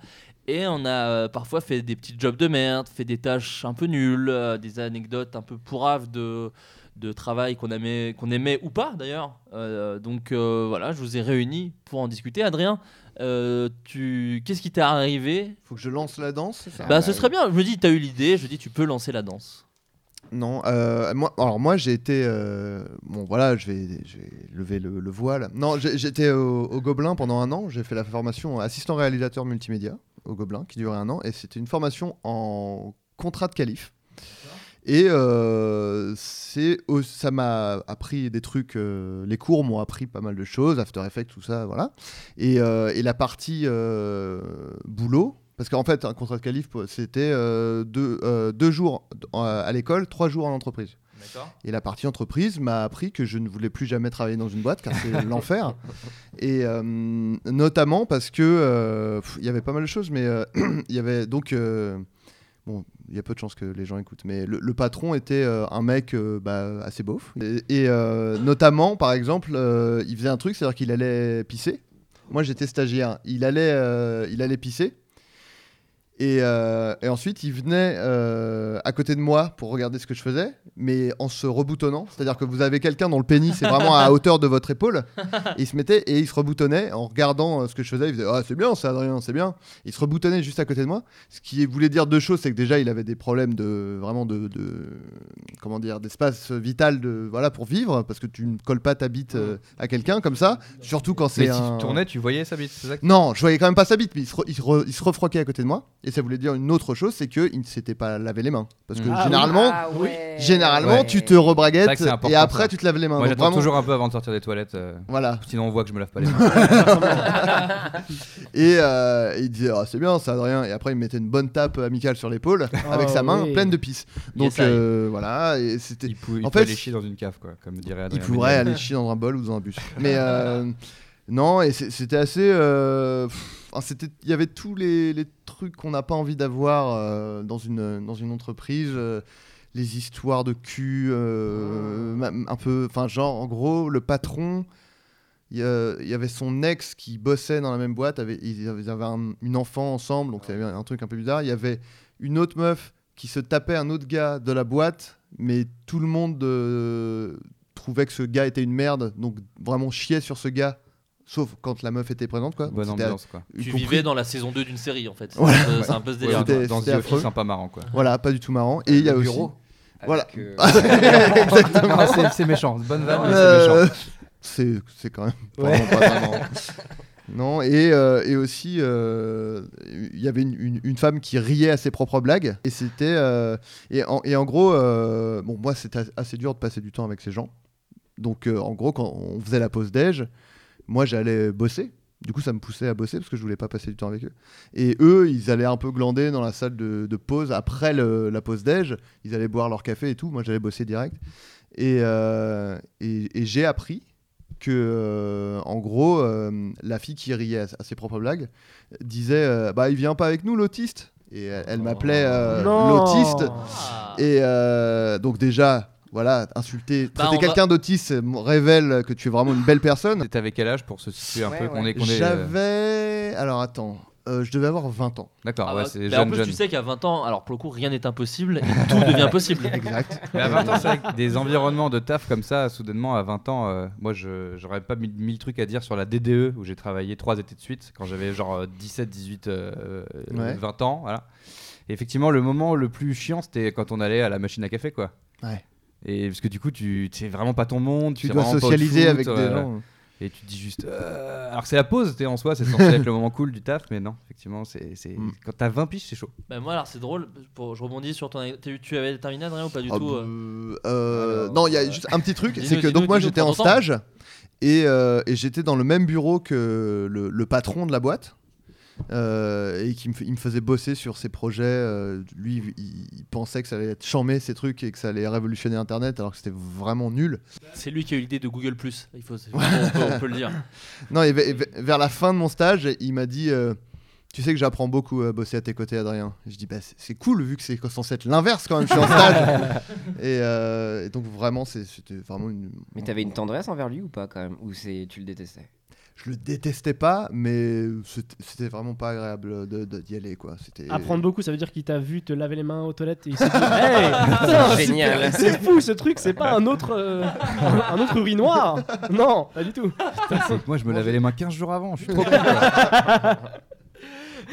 Et on a euh, parfois fait des petits jobs de merde, fait des tâches un peu nulles, euh, des anecdotes un peu pourraves de, de travail qu'on aimait, qu'on aimait ou pas d'ailleurs. Euh, donc euh, voilà, je vous ai réunis pour en discuter. Adrien, euh, tu... qu'est-ce qui t'est arrivé Faut que je lance la danse, c'est ça Ah bah, bah ce oui. serait bien. Je me dis, t'as eu l'idée. Je dis, tu peux lancer la danse. Non, euh, moi, alors moi j'ai été. euh, bon voilà, je vais, je vais lever le, le voile. Non, j'ai- j'étais au, au Gobelin pendant un an. J'ai fait la formation assistant réalisateur multimédia au Gobelin qui durait un an. Et c'était une formation en contrat de qualif. Et euh, c'est au- ça m'a appris des trucs. euh, les cours m'ont appris pas mal de choses, After Effects, tout ça, voilà. Et, euh, et la partie euh, boulot, parce qu'en fait, un contrat de qualif, c'était euh, deux, euh, deux jours euh, à l'école, trois jours en entreprise. D'accord. Et la partie entreprise m'a appris que je ne voulais plus jamais travailler dans une boîte car c'est l'enfer. Et euh, notamment parce que euh, pff, il y avait pas mal de choses, mais euh, <clears throat> il y avait donc. euh, Bon, il y a peu de chances que les gens écoutent, mais le, le patron était euh, un mec euh, bah, assez beauf. Et, et, euh, notamment, par exemple, euh, il faisait un truc, c'est-à-dire qu'il allait pisser. Moi, j'étais stagiaire. Il allait, euh, il allait pisser. Et, euh, et ensuite, il venait euh, à côté de moi pour regarder ce que je faisais, mais en se reboutonnant. C'est-à-dire que vous avez quelqu'un dont le pénis est vraiment à hauteur de votre épaule. Et il se mettait et il se reboutonnait en regardant euh, ce que je faisais. Il faisait Ah, c'est bien, ça, Adrien, c'est bien. Il se reboutonnait juste à côté de moi. Ce qui voulait dire deux choses c'est que déjà, il avait des problèmes de vraiment de. de- comment dire D'espace vital de, voilà, pour vivre, parce que tu ne colles pas ta bite euh, à quelqu'un comme ça. Surtout quand c'est. Mais si un- tu tournais, tu voyais sa bite, c'est ça que- non, je voyais quand même pas sa bite, mais il se, re- il se re- il se refroquait à côté de moi. Et ça voulait dire une autre chose, c'est qu'il ne s'était pas lavé les mains. Parce que Mm. Ah généralement, Ah ouais. généralement Ouais. tu te C'est vrai rebraguettes que c'est important, et après ça. tu te laves les mains. Donc Moi, j'attends vraiment, toujours un peu avant de sortir des toilettes. euh, Voilà. Sinon, on voit que je me lave pas les mains. Et euh, il disait, Ah, c'est bien, ça, Adrien. Et après, il mettait une bonne tape amicale sur l'épaule avec sa main oui. pleine de pisse. Donc Yes, I. euh, voilà, et c'était. il pou- il En peut fait, aller chier dans une cave, quoi, comme dirait Il Adrien pourrait Méniel. aller chier dans un bol ou dans un bus. Mais euh, <laughs> non, et c'est- c'était assez. euh, pff, enfin, c'était, il y avait tous les, les trucs qu'on n'a pas envie d'avoir euh, dans une dans une entreprise. euh, les histoires de cul, euh, ma- un peu, enfin genre en gros le patron, il y, a- il y avait son ex qui bossait dans la même boîte, avait, ils avaient ils avaient un- une enfant ensemble, donc il y avait un truc un peu bizarre. Il y avait une autre meuf qui se tapait un autre gars de la boîte, mais tout le monde euh, trouvait que ce gars était une merde, donc vraiment chiait sur ce gars, sauf quand la meuf était présente, quoi. Bonne C'était- ambiance, quoi. y Tu compris- vivais dans la saison 2 d'une série en fait. Voilà. C'est un peu- c'est un peu ce délire. Dans- c'était- Dans c'était The affreux. Office, sympa marrant, quoi. Voilà, pas du tout marrant. Et il y a Le aussi. <laughs> <laughs> bureau. Avec, Voilà. euh, <laughs> Ah, c'est- c'est méchant, bonne vanne, mais c'est méchant. Euh, <laughs> C'est c'est quand même vraiment pas vraiment. Non, et, euh, et aussi, euh, il y avait une, une- une femme qui riait à ses propres blagues. Et c'était. euh, et, en, et en gros, euh, bon, moi, c'était assez dur de passer du temps avec ces gens. Donc, euh, en gros, quand on faisait la pause déj, moi, j'allais bosser. Du coup, ça me poussait à bosser parce que je voulais pas passer du temps avec eux. Et eux, ils allaient un peu glander dans la salle de, de pause après le- la pause déj. Ils allaient boire leur café et tout. Moi, j'allais bosser direct. Et, euh, et, et j'ai appris que, euh, en gros, euh, la fille qui riait à, à ses propres blagues disait euh, Bah, il vient pas avec nous, l'autiste. Et elle, elle m'appelait euh, l'autiste. Ah. Et euh, donc, déjà, voilà, insulter, Bah, traiter on va- quelqu'un d'autiste c'est- révèle que tu es vraiment une belle personne. T'étais avec quel âge pour se situer un Ouais, peu qu'on ouais. est, qu'on est euh, J'avais. Alors, attends, euh, je devais avoir 20 ans. D'accord, Ah ouais, bah, c'est bah, en jeune, plus, jeune. tu sais qu'à 20 ans, alors pour le coup, rien n'est impossible et tout devient possible. <laughs> Exact. Mais à 20 ans, c'est vrai que des environnements de taf comme ça, soudainement, à 20 ans, euh, moi, je j'aurais pas mille, mille trucs à dire sur la DDE où j'ai travaillé trois étés de suite quand j'avais genre euh, 17, 18, euh, euh, Ouais. 20 ans. Voilà. Et effectivement, le moment le plus chiant, c'était quand on allait à la machine à café, quoi. Ouais. Et parce que du coup, tu c'est vraiment pas ton monde, Euh, tu c'est dois vraiment pas au socialiser foot, euh, avec des ouais. gens. Et tu te dis juste. euh, Alors que c'est la pause, t'es en soi, c'est censé être le moment cool du taf, mais non, effectivement, c'est c'est- Mm. quand t'as 20 piges, <laughs> c'est chaud. Bah, moi, alors c'est drôle, pour- je rebondis sur ton. t'as eu- Tu avais terminé, Adrien, ou pas du Ah, tout euh euh, euh, non, il y a juste un petit truc, Dis-nous, c'est que dis-nous, donc moi dis-nous, j'étais prends en ton stage et, euh, et j'étais dans le même bureau que le, le patron de la boîte. euh, et qui me, f- il me faisait bosser sur ses projets. euh, lui, il, il pensait que ça allait être chambé ces trucs et que ça allait révolutionner Internet, alors que c'était vraiment nul. C'est lui qui a eu l'idée de Google. Il faut, on, peut, on peut le dire. Non, et ve- et ve- vers la fin de mon stage, il m'a dit euh, Tu sais que j'apprends beaucoup à bosser à tes côtés, Adrien. Je dis bah, c'est- C'est cool, vu que c'est censé être l'inverse quand même, je suis en stage. <laughs> et, euh, et donc, vraiment, c'est- c'était vraiment une. Mais t'avais une tendresse envers lui ou pas quand même Ou c'est tu le détestais Je le détestais pas, mais c'était c'était vraiment pas agréable de- de- d'y aller, quoi. C'était. Apprendre beaucoup, ça veut dire qu'il t'a vu te laver les mains aux toilettes et il s'est dit Hey, putain, Génial. super, C'est fou ce truc, c'est pas un autre, euh, un autre urinoir Non, pas du tout moi, je me lavais les mains 15 jours <laughs> avant, je suis trop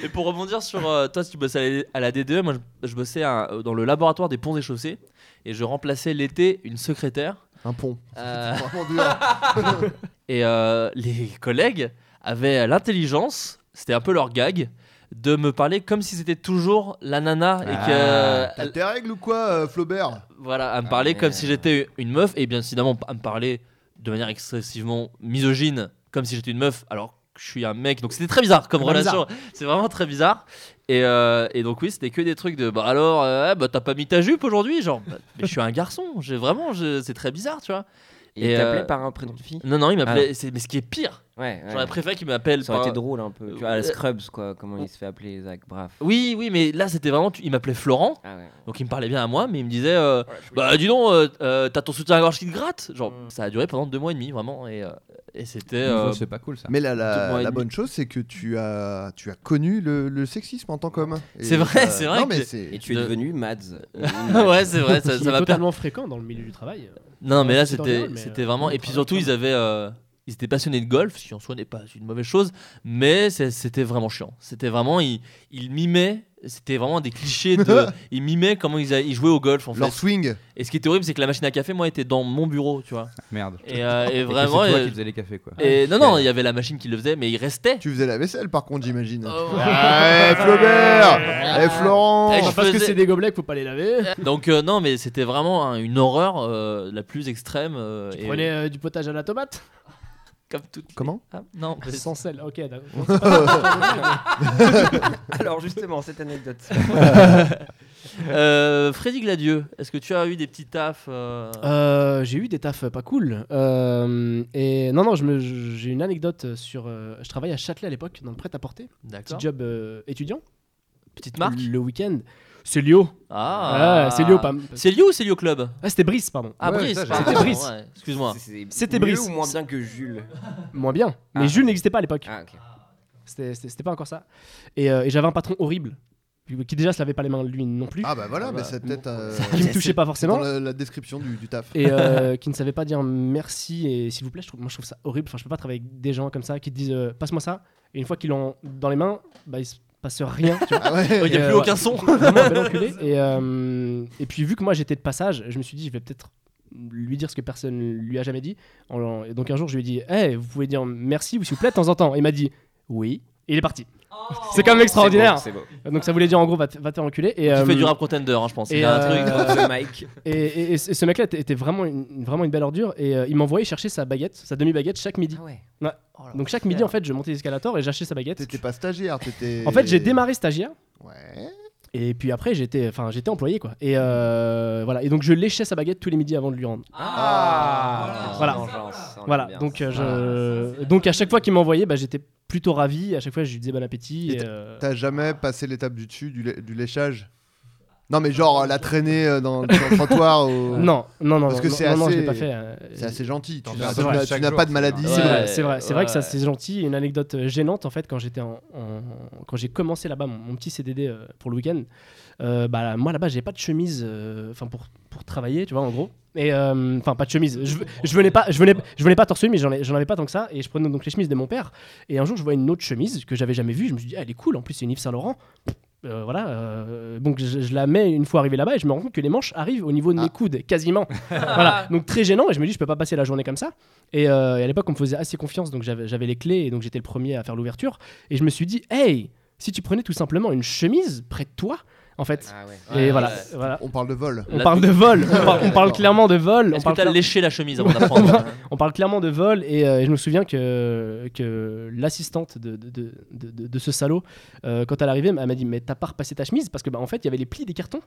Et pour rebondir sur euh, toi, si tu bossais à la, à la DDE, moi je, je bossais à- euh, dans le laboratoire des ponts et chaussées et je remplaçais l'été une secrétaire. Un pont. Euh, C'était vraiment dur. <laughs> et euh, les collègues avaient l'intelligence, c'était un peu leur gag, de me parler comme si c'était toujours la nana et Ah, que T'as tes règles ou quoi, euh, Flaubert voilà, à me parler Ah, comme merde. si j'étais une meuf, et bien évidemment à me parler de manière excessivement misogyne, comme si j'étais une meuf, alors que je suis un mec. Donc c'était très bizarre comme Vraiment relation. C'est vraiment très bizarre. Et, euh, et donc oui, c'était que des trucs de bah alors, euh, bah t'as pas mis ta jupe aujourd'hui, genre. Bah, mais je suis un garçon. J'ai vraiment, je- c'est très bizarre, tu vois. Il Et, t'appelait euh, par un prénom de fille Non non, il m'appelait. c'est- Mais ce qui est pire, Ouais. Ah. ouais. j'aurais préféré qu'il m'appelle. Ça aurait par- été drôle un peu. Tu vois, à la Euh, Scrubs quoi, comment il se fait appeler Zach Braff. Oui oui, mais là c'était vraiment, tu- il m'appelait Florent. Ah ouais. Donc il me parlait bien à moi, mais il me disait euh, Bah dis donc, euh, euh, t'as ton soutien-gorge qui te gratte Genre, Mm. ça a duré pendant deux mois et demi, vraiment, et, euh, et c'était. euh, <laughs> C'est pas cool ça. Mais la, la- Deux mois et la demi. bonne chose, c'est que tu as, tu as connu le, le sexisme en tant qu'homme. Et C'est vrai, ça- c'est vrai Non, que mais j'ai- c'est- Et tu es De- devenu <laughs> Mads. ouais, c'est vrai, ça ça Il est m'a perdu. totalement fréquent dans le milieu du travail. Non, mais là, C'est dans c'était le rôle, mais, c'était euh, vraiment. on Et puis travaille surtout, quand ils même. avaient. euh, Ils étace étaient passionnés de golf, ce qui en soi n'est pas une mauvaise chose, mais c'est- c'était vraiment chiant. C'était vraiment. Ils, ils mimaient, c'était vraiment des clichés de. ils mimaient comment ils, a- ils jouaient au golf, en fait. Leur swing. Et ce qui était horrible, c'est que la machine à café, moi, était dans mon bureau, tu vois. Merde. Et, euh, et Et que vraiment. C'est toi euh, qui faisais les cafés quoi. et Ah, non, non, il y avait la machine qui le faisait, mais il restait. Tu faisais la vaisselle, par contre, j'imagine. Oh. Ah, eh, Flaubert Eh, Florent Eh, je parce que faisais- c'est des gobelets, qu'il faut pas les laver. Donc euh, non, mais c'était vraiment hein, une horreur euh, la plus extrême. euh, Tu et- prenais euh, du potage à la tomate comme toutes les- Comment Ah, Non, mais- <laughs> Sans sel, ok, d'accord. Alors justement, cette anecdote. <laughs> Euh, Freddy Gladieux, est-ce que tu as eu des petits tafs euh, Euh, j'ai eu des tafs pas cool. Euh, et non, non, je me- j'ai une anecdote sur. euh, je travaillais à Châtelet à l'époque, dans le prêt-à-porter. Petit D'accord. job euh, étudiant. Petite marque. Le week-end. C'est Lio. Ah, Ah, c'est Lio, pas. C'est Lio ou c'est Lio Club Ah, c'était Brice, pardon. Ah, Ouais, Brice. ça, j'ai- pardon, C'était Brice. ouais, Excuse-moi. C'était mieux Brice. ou moins bien que Jules Moins bien. Mais Ah. Jules n'existait pas à l'époque. Ah ok. C'était- C'était c'était pas encore ça. Et, euh, et j'avais un patron horrible. Qui déjà se lavait pas les mains lui non plus. Ah bah voilà, Ah mais bah, c'est peut-être euh, qui me touchait pas c'est forcément. dans la, la description du, du taf. et euh, qui ne savait pas dire merci et s'il vous plaît, je trouve, moi je trouve ça horrible. Enfin, je peux pas travailler avec des gens comme ça qui te disent euh, passe-moi ça. Et une fois qu'ils l'ont dans les mains, bah, il se passe rien. Tu vois. Ah ouais. <laughs> Il n'y a euh, plus ouais. aucun son. Vraiment un bel enculé. Et, euh, et puis vu que moi j'étais de passage, je me suis dit je vais peut-être lui dire ce que personne lui a jamais dit. En l'en- et donc un jour je lui ai dit hey, vous pouvez dire merci ou s'il vous plaît de temps en temps. Et il m'a dit oui. Et il est parti. c'est quand même extraordinaire. C'est beau. Donc ça voulait dire en gros va te, va te faire enculer. Et, Tu euh, fais du rap contender, hein, je pense. et, Il y a un euh, truc. <laughs> Le Mike. Et, et- et ce ce mec-là était- était vraiment une, vraiment une belle ordure et euh, il m'envoyait chercher sa baguette, sa demi-baguette chaque midi. Ah ouais. Donc chaque midi en fait je montais l'escalator et j'achetais sa baguette. T'étais pas stagiaire, t'étais. En fait j'ai démarré stagiaire Ouais. Et puis après, j'étais, enfin, j'étais employé quoi. Et euh, voilà. Et donc je léchais sa baguette tous les midis avant de lui rendre. Ah, Voilà. vengeance, on Voilà. aime bien Donc ça. Ah, euh, je, donc à chaque fois qu'il m'envoyait, bah, j'étais plutôt ravi. À chaque fois, je lui disais bon appétit. Et et, euh, T'as jamais passé l'étape du dessus, du, lé- du léchage Non, mais genre euh, la traînée euh, dans, sur le trottoir. <laughs> au- Non, non, non, Parce non, que non, c'est non, non, je assez- l'ai pas fait. euh, C'est assez gentil. Tu T'en n'as fais tu un n'as- chaque tu n'as jour, pas de c'est maladie. normal. C'est Ouais. vrai, c'est vrai, c'est vrai que ça ouais. c'est gentil. Une anecdote euh, gênante en fait quand j'étais en, en- quand j'ai commencé là-bas mon, mon petit CDD euh, pour le week-end. euh, bah moi là-bas j'ai pas de chemise, euh, enfin pour pour travailler tu vois en gros. Et euh, enfin pas de chemise. Je, je venais pas, je venais, je venais pas torse nu mais j'en ai- j'en avais pas tant que ça et je prenais donc les chemises de mon père. Et un jour je vois une autre chemise que j'avais jamais vue. Je me suis dit Ah, elle est cool en plus c'est une Yves Saint Laurent. Euh, voilà, euh, donc je, je la mets une fois arrivé là-bas et je me rends compte que les manches arrivent au niveau de mes Ah. coudes, <laughs> quasiment. voilà, donc très gênant et je me dis je peux pas passer la journée comme ça. Et, euh, et à l'époque, on me faisait assez confiance, donc j'avais j'avais les clés, et donc j'étais le premier à faire l'ouverture. Et je me suis dit, hey, si tu prenais tout simplement une chemise près de toi, en fait. Ah ouais. ouais, et voilà, ouais. voilà. On parle de vol. On La- parle <laughs> de vol, on parle, on parle clairement de vol. On Est-ce que parle, t'as cla- léché la chemise avant <laughs> d'apprendre on parle clairement de vol, et, euh, et je me souviens que, que l'assistante de, de, de- de- de- de ce salaud, euh, quand elle arrivait, elle m'a dit Mais t'as pas repassé ta chemise Parce que, bah, en fait, il y avait les plis des <laughs> cartons.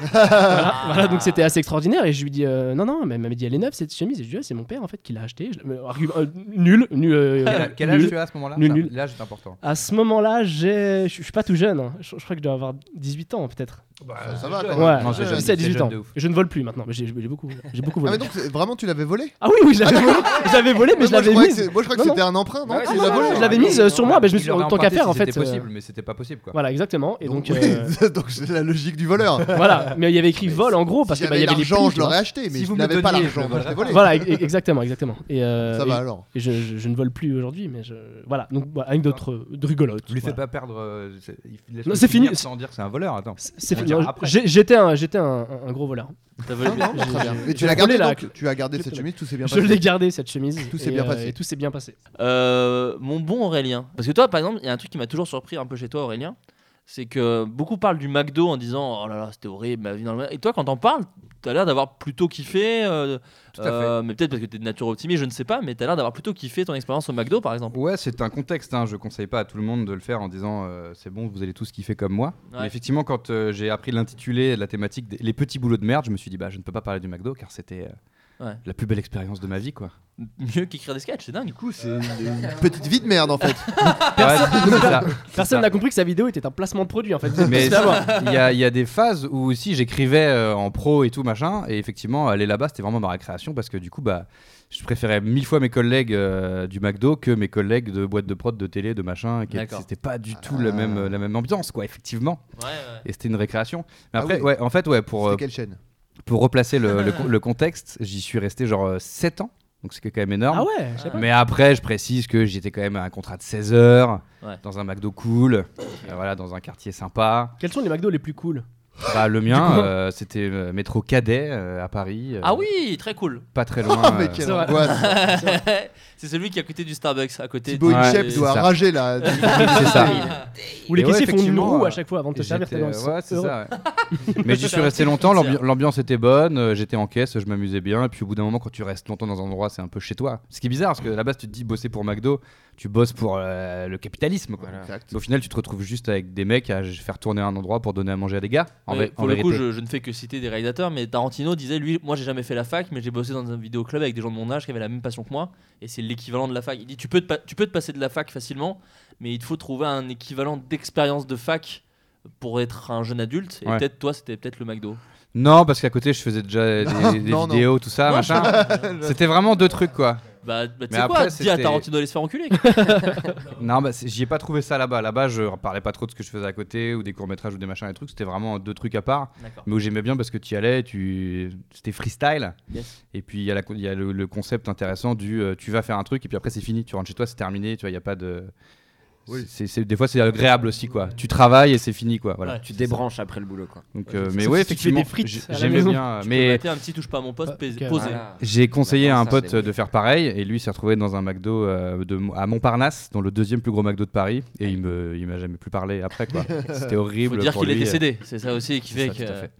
voilà, voilà, donc c'était assez extraordinaire. Et je lui dis euh, Non, non, mais elle m'a dit Elle est neuve cette chemise. Et je lui dis Ah, C'est mon père, en fait, qui l'a achetée. Je- euh, argument- euh, nul, nul. euh, Quel, quel âge nul. tu as à ce moment-là Nul, Ça- nul. L'âge est important. À ce moment-là, j'ai- je je suis pas tout jeune. hein. Je, je crois que je dois avoir 18 ans peut-être. Ça, ça va quand même. Ouais, Ah, non, c'est jeune, 17 c'est 18 ans. jeune de ouf. Je ne vole plus maintenant, mais j'ai j'ai beaucoup, j'ai beaucoup Ah, volé. mais donc c'est- vraiment, tu l'avais volé Ah oui, oui, je l'avais volé, je <laughs> l'avais volé, mais je moi, je l'avais croyais que mise. c'est- moi, je crois que Non, c'était un emprunt, non Ah ouais, Tu c'est l'as ça, volé ouais, je l'avais mise euh, sur moi, mais je me suis Il aurait tant qu'à emprunté faire si en fait. C'était euh, possible, mais c'était pas possible quoi. Voilà, exactement. Et donc, oui, euh, <laughs> donc c'est la logique du voleur. voilà. Mais il y avait écrit vol en gros parce si que bah, j'avais il y avait les l'argent, plis, je tu vois. l'aurais acheté, mais Si je vous me n'avais pas donniez, l'argent, je donc je l'ai volé. Voilà, e- e- exactement, exactement. Et, euh, Ça et- va alors. et je, je- je ne vole plus aujourd'hui, mais je voilà. Donc voilà, avec d'autres euh, de rigolotes. Tu lui fais voilà. pas perdre. euh, c'est- il- laisse-le Non, c'est finir fini. Sans dire que c'est un voleur, attends. C'est- c'est On fini. dira Non, après. j'ai- J'étais un, j'étais un- un- un gros voleur. T'as volé non, Très bien. j'ai- Mais tu j'ai l'as gardé, volé la- donc tu as gardé j'ai cette volé. chemise, tout s'est bien Je passé. l'ai gardé cette chemise. Tout s'est et, bien euh, passé. Et tout s'est bien passé. Euh, mon bon Aurélien. Parce que toi, par exemple, il y a un truc qui m'a toujours surpris un peu chez toi, Aurélien. C'est que beaucoup parlent du McDo en disant Oh là là, c'était horrible, ma vie dans le McDo. Et toi, quand t'en parles, t'as l'air d'avoir plutôt kiffé. euh, Tout à fait. euh, mais peut-être parce que t'es de nature optimiste, je ne sais pas, mais t'as l'air d'avoir plutôt kiffé ton expérience au McDo, par exemple. Ouais, c'est un contexte. Hein. Je conseille pas à tout le monde de le faire en disant euh, c'est bon, vous allez tous kiffer comme moi. Ouais. Mais effectivement, quand euh, j'ai appris l'intitulé, de la thématique, des- les petits boulots de merde, je me suis dit bah je ne peux pas parler du McDo car c'était euh, Ouais. la plus belle expérience de ma vie quoi. Mieux qu'écrire des sketchs, c'est dingue. coup, c'est une petite vie de merde en fait. Ouais, c'est ça. Personne ça. n'a compris que sa vidéo était un placement de produit en fait. Vous êtes Mais tous là, moi. il y, a- il y a des phases où aussi j'écrivais euh, en pro et tout machin, et effectivement aller là-bas c'était vraiment ma récréation parce que du coup bah je préférais mille fois mes collègues euh, du McDo que mes collègues de boîte de prod, de télé, de machin, qui D'accord. c'était pas du tout le même, la même ambiance quoi effectivement, Ouais, ouais. et c'était une récréation. Ah Mais après oui. ouais en fait ouais pour C'était euh, quelle chaîne pour replacer le, le con- le contexte, j'y suis resté genre euh, 7 ans, donc c'est quand même énorme. Ah ouais, je sais pas. Mais après, je précise que j'étais quand même à un contrat de 16 heures, Ouais. dans un McDo cool, euh, voilà, dans un quartier sympa. Quels sont les McDo les plus cool Bah, le mien, euh, c'était euh, métro Cadet euh, à Paris. euh, Ah oui, très cool. Pas très loin. Ah, mais euh, quelle vrai. angoisse. <laughs> c'est celui qui est à côté du Starbucks, à côté. Thibaut du- Ouais, Inchep c'est doit ça. rager là. c'est ça. Où les Et ouais, caissiers font une effectivement, roue à euh, chaque fois avant de te Et servir. j'étais- tellement ils sont ouais, c'est heureux. ça. <laughs> ouais. Mais j'y suis resté longtemps, l'ambi- l'ambiance était bonne, euh, j'étais en caisse, je m'amusais bien. Et puis au bout d'un moment, quand tu restes longtemps dans un endroit, c'est un peu chez toi. Ce qui est bizarre, parce que à la base, tu te dis bosser pour McDo, tu bosses pour euh, le capitalisme. Quoi. Voilà. Exact. Au final, tu te retrouves juste avec des mecs à faire tourner un endroit pour donner à manger à des gars. En, Mais vrai- pour en le vérité. coup, je, je ne fais que citer des réalisateurs, mais Tarantino disait lui, moi j'ai jamais fait la fac, mais j'ai bossé dans un vidéoclub avec des gens de mon âge qui avaient la même passion que moi, et c'est l'équivalent de la fac. Il dit tu peux te, pa- tu peux te passer de la fac facilement, mais il te faut trouver un équivalent d'expérience de fac pour être un jeune adulte. Et Ouais. peut-être toi, c'était peut-être le McDo. Non, parce qu'à côté, je <laughs> faisais déjà Non, des, des non, non. vidéos, tout ça, machin. C'était vraiment deux trucs, quoi. Bah, bah, tu Mais sais quoi, après, dis à c'était- Tarantino d'aller se faire <laughs> enculer. Non, bah, c'est- j'y ai pas trouvé ça là-bas. Là-bas, je parlais pas trop de ce que je faisais à côté ou des courts-métrages ou des machins et trucs. C'était vraiment deux trucs à part. D'accord. Mais où j'aimais bien parce que tu y allais, tu... c'était freestyle. Yes. Et puis, il y a, la co- il y a le, le concept intéressant du euh, tu vas faire un truc et puis après, c'est fini. Tu rentres chez toi, c'est terminé. Tu vois, il y a pas de. Oui. C'est- c'est- des fois, c'est agréable aussi, quoi. Tu travailles et c'est fini, quoi. Voilà. Ouais, Tu c'est débranches après le boulot quoi. Donc, Ouais, euh, c'est- mais sauf ouais, si tu fais des effectivement, frites j'ai- à la j'aimais maison. bien. ça. Tu peux Ah, Mais mater un petit touche pas à mon poste, Ah, pais- ok. posé. Voilà. j'ai conseillé à un Vacances, ça, pote c'est de faire pareil et lui s'est retrouvé dans un McDo euh, de, à Montparnasse, dans le deuxième plus gros McDo de Paris. Et il me, il m'a jamais plus parlé après, quoi. C'était Il faut horrible. dire pour qu'il est lui. euh. décédé, c'est ça aussi qui C'est fait ça, tout à que. fait.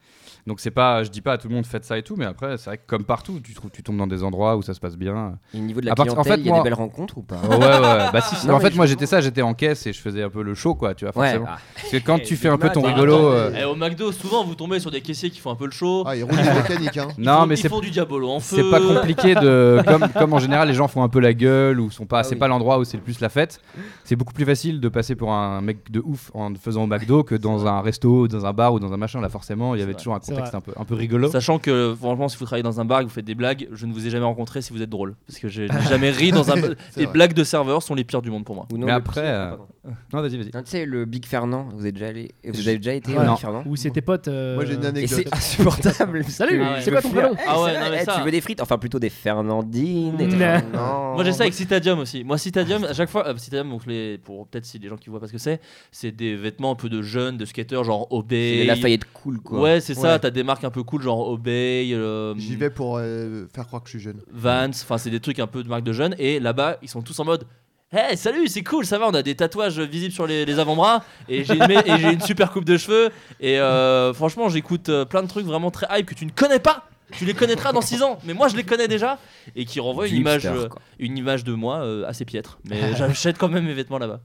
Donc c'est pas, je dis pas à tout le monde faites ça et tout, mais après c'est vrai que comme partout, tu, trouves- tu tombes dans des endroits où ça se passe bien. Et au niveau de la À part- en clientèle, fait, il y a moi- des belles rencontres ou pas Ouais ouais. Bah si. si. Non, en mais fait moi je- j'étais ça, j'étais en caisse et je faisais un peu le show quoi, tu vois. Ouais. Forcément. Parce que quand tu fais un peu ton Bah, rigolo. attendez. euh, Eh, au McDo, souvent vous tombez sur des caissiers qui font un peu le show. Ah, il roule une mécanique, hein. Ils Non font- mais ils c'est font du diabolo en feu. C'est pas compliqué de. Comme, comme en général, les gens font un peu la gueule ou sont pas. Ah c'est oui. pas l'endroit où c'est le plus la fête. C'est beaucoup plus facile de passer pour un mec de ouf en le faisant au McDo que dans un resto, dans un bar ou dans un machin. Là, forcément, il y C'est avait vrai. toujours un C'est contexte vrai. un peu, un peu rigolo. Sachant que franchement, si vous travaillez dans un bar et que vous faites des blagues, je ne vous ai jamais rencontré si vous êtes drôle, parce que j'ai jamais ri dans un. C'est Les vrai. blagues de serveurs sont les pires du monde pour moi. Ou non, Mais le après, petit- euh, pardon. Non, vas-y, vas-y. Non, tu sais, le Big Fernand, vous êtes déjà allé Vous Je- avez déjà été Ouais, au non. Big Fernand Ou c'était potes. euh, Moi, j'ai une Et anecdote. <laughs> c'est insupportable. parce Salut, que c'est je quoi me ton fais- prénom Eh, Ah ouais, c'est non, vrai, mais eh, ça- Tu veux des frites Enfin, plutôt des Fernandines. des Non. Fernands. Moi j'ai ça avec Citadium aussi. Moi Citadium, à chaque fois, euh, Citadium, donc les, pour peut-être si les gens qui voient pas ce que c'est, c'est des vêtements un peu de jeunes, de skateurs, genre C'est Obey. des Lafayette cool, quoi. Ouais, c'est ça, Ouais. t'as des marques un peu cool, genre Obey, euh, J'y vais pour euh, faire croire que je suis jeune. Vans, enfin c'est des trucs un peu de marques de jeunes. Et là-bas, ils sont tous en mode. Hey, salut, c'est cool, ça va, on a des tatouages visibles sur les, les avant-bras et j'ai une, et j'ai une super coupe de cheveux. Et euh, franchement, j'écoute euh, plein de trucs vraiment très hype que tu ne connais pas. Tu les connaîtras dans 6 ans, mais moi je les connais déjà et qui renvoie une Du image, hipster, euh, quoi. une image de moi euh, assez piètre. <laughs> Mais j'achète quand même mes vêtements là-bas.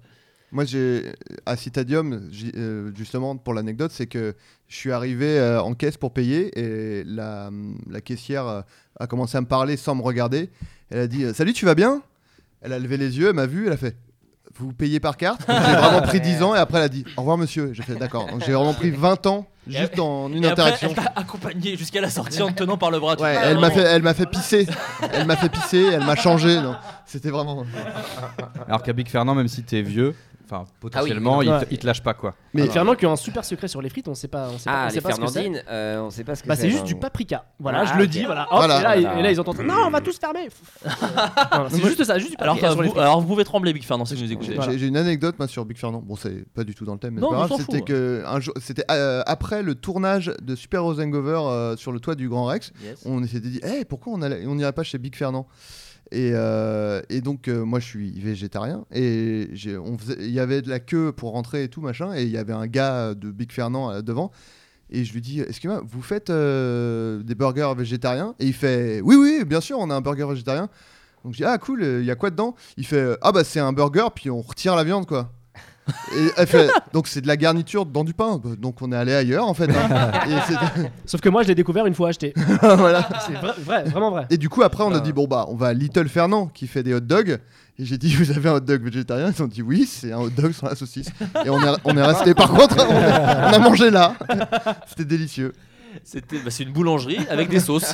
Moi, j'ai à Citadium, j'y- euh, justement, pour l'anecdote, c'est que je suis arrivé euh, en caisse pour payer et la, la caissière euh, a commencé à me parler sans me regarder. Elle a dit euh, Salut, tu vas bien Elle a levé les yeux, elle m'a vu, elle a fait Vous payez par <laughs> carte Donc, J'ai vraiment pris 10 ans et après elle a dit Au revoir, monsieur. J'ai fait D'accord. Donc j'ai vraiment pris 20 ans juste en une et après, interaction. elle t'a accompagné jusqu'à la sortie en te tenant par le bras. tu Ouais, vois, elle m'a vraiment. fait, elle m'a fait pisser. Elle m'a fait pisser, elle m'a changé. Non, c'était vraiment. Alors qu'à Big Fernand, même si t'es vieux, enfin potentiellement, oui. il, Ouais. te, il te lâche pas quoi. Mais- Mais Ah, Fernand qui a un super secret sur les frites, on sait pas. On sait pas, Ah, on les sait pas ce que c'est. Fernandines, euh, on sait pas ce que Bah, c'est, c'est juste hein, du bon. paprika. Voilà, Ah, je le ok. dis, voilà. Hop, Voilà. et, là, Voilà. et là, ils entendent. Non, on va tous fermer. Non, c'est juste ça, juste du Alors, paprika sur vous, les frites. alors, vous pouvez trembler, Big Fernand, si vous nous J'ai écoutez. Voilà. j'ai- j'ai une anecdote moi, sur Big Fernand. Bon, c'est pas du tout dans le thème, mais Non, c'est pas on s'en grave. fout, hein. C'était que un jour, c'était euh, après le tournage de Super Rose Hangover euh, sur le toit du Grand Rex. Yes. On s'était dit, hey, pourquoi on allait- on n'irait pas chez Big Fernand et, euh, et donc euh, moi je suis végétarien et j'ai- on faisait- il y avait de la queue pour rentrer et tout machin et il y avait un gars de Big Fernand euh, devant et je lui dis excusez-moi vous faites euh, des burgers végétariens et il fait oui oui bien sûr on a un burger végétarien donc je dis ah cool euh, il y a quoi dedans il fait ah bah c'est un burger puis on retire la viande quoi et elle fait, donc c'est de la garniture dans du pain Bah, donc on est allé ailleurs en fait hein. et c'était- Sauf que moi, je l'ai découvert une fois acheté. voilà C'est vrai, vrai, vraiment vrai. et du coup, après, on a Bah. Euh. dit bon bah, on va à Little Fernand qui fait des hot dogs. Et j'ai dit <laughs> vous avez un hot dog végétarien Ils ont dit oui, c'est un hot dog sans la saucisse. Et on est, on est resté. Par contre, on, est- on a mangé là. <laughs> C'était délicieux. C'était, bah, c'est une boulangerie avec des <laughs> sauces.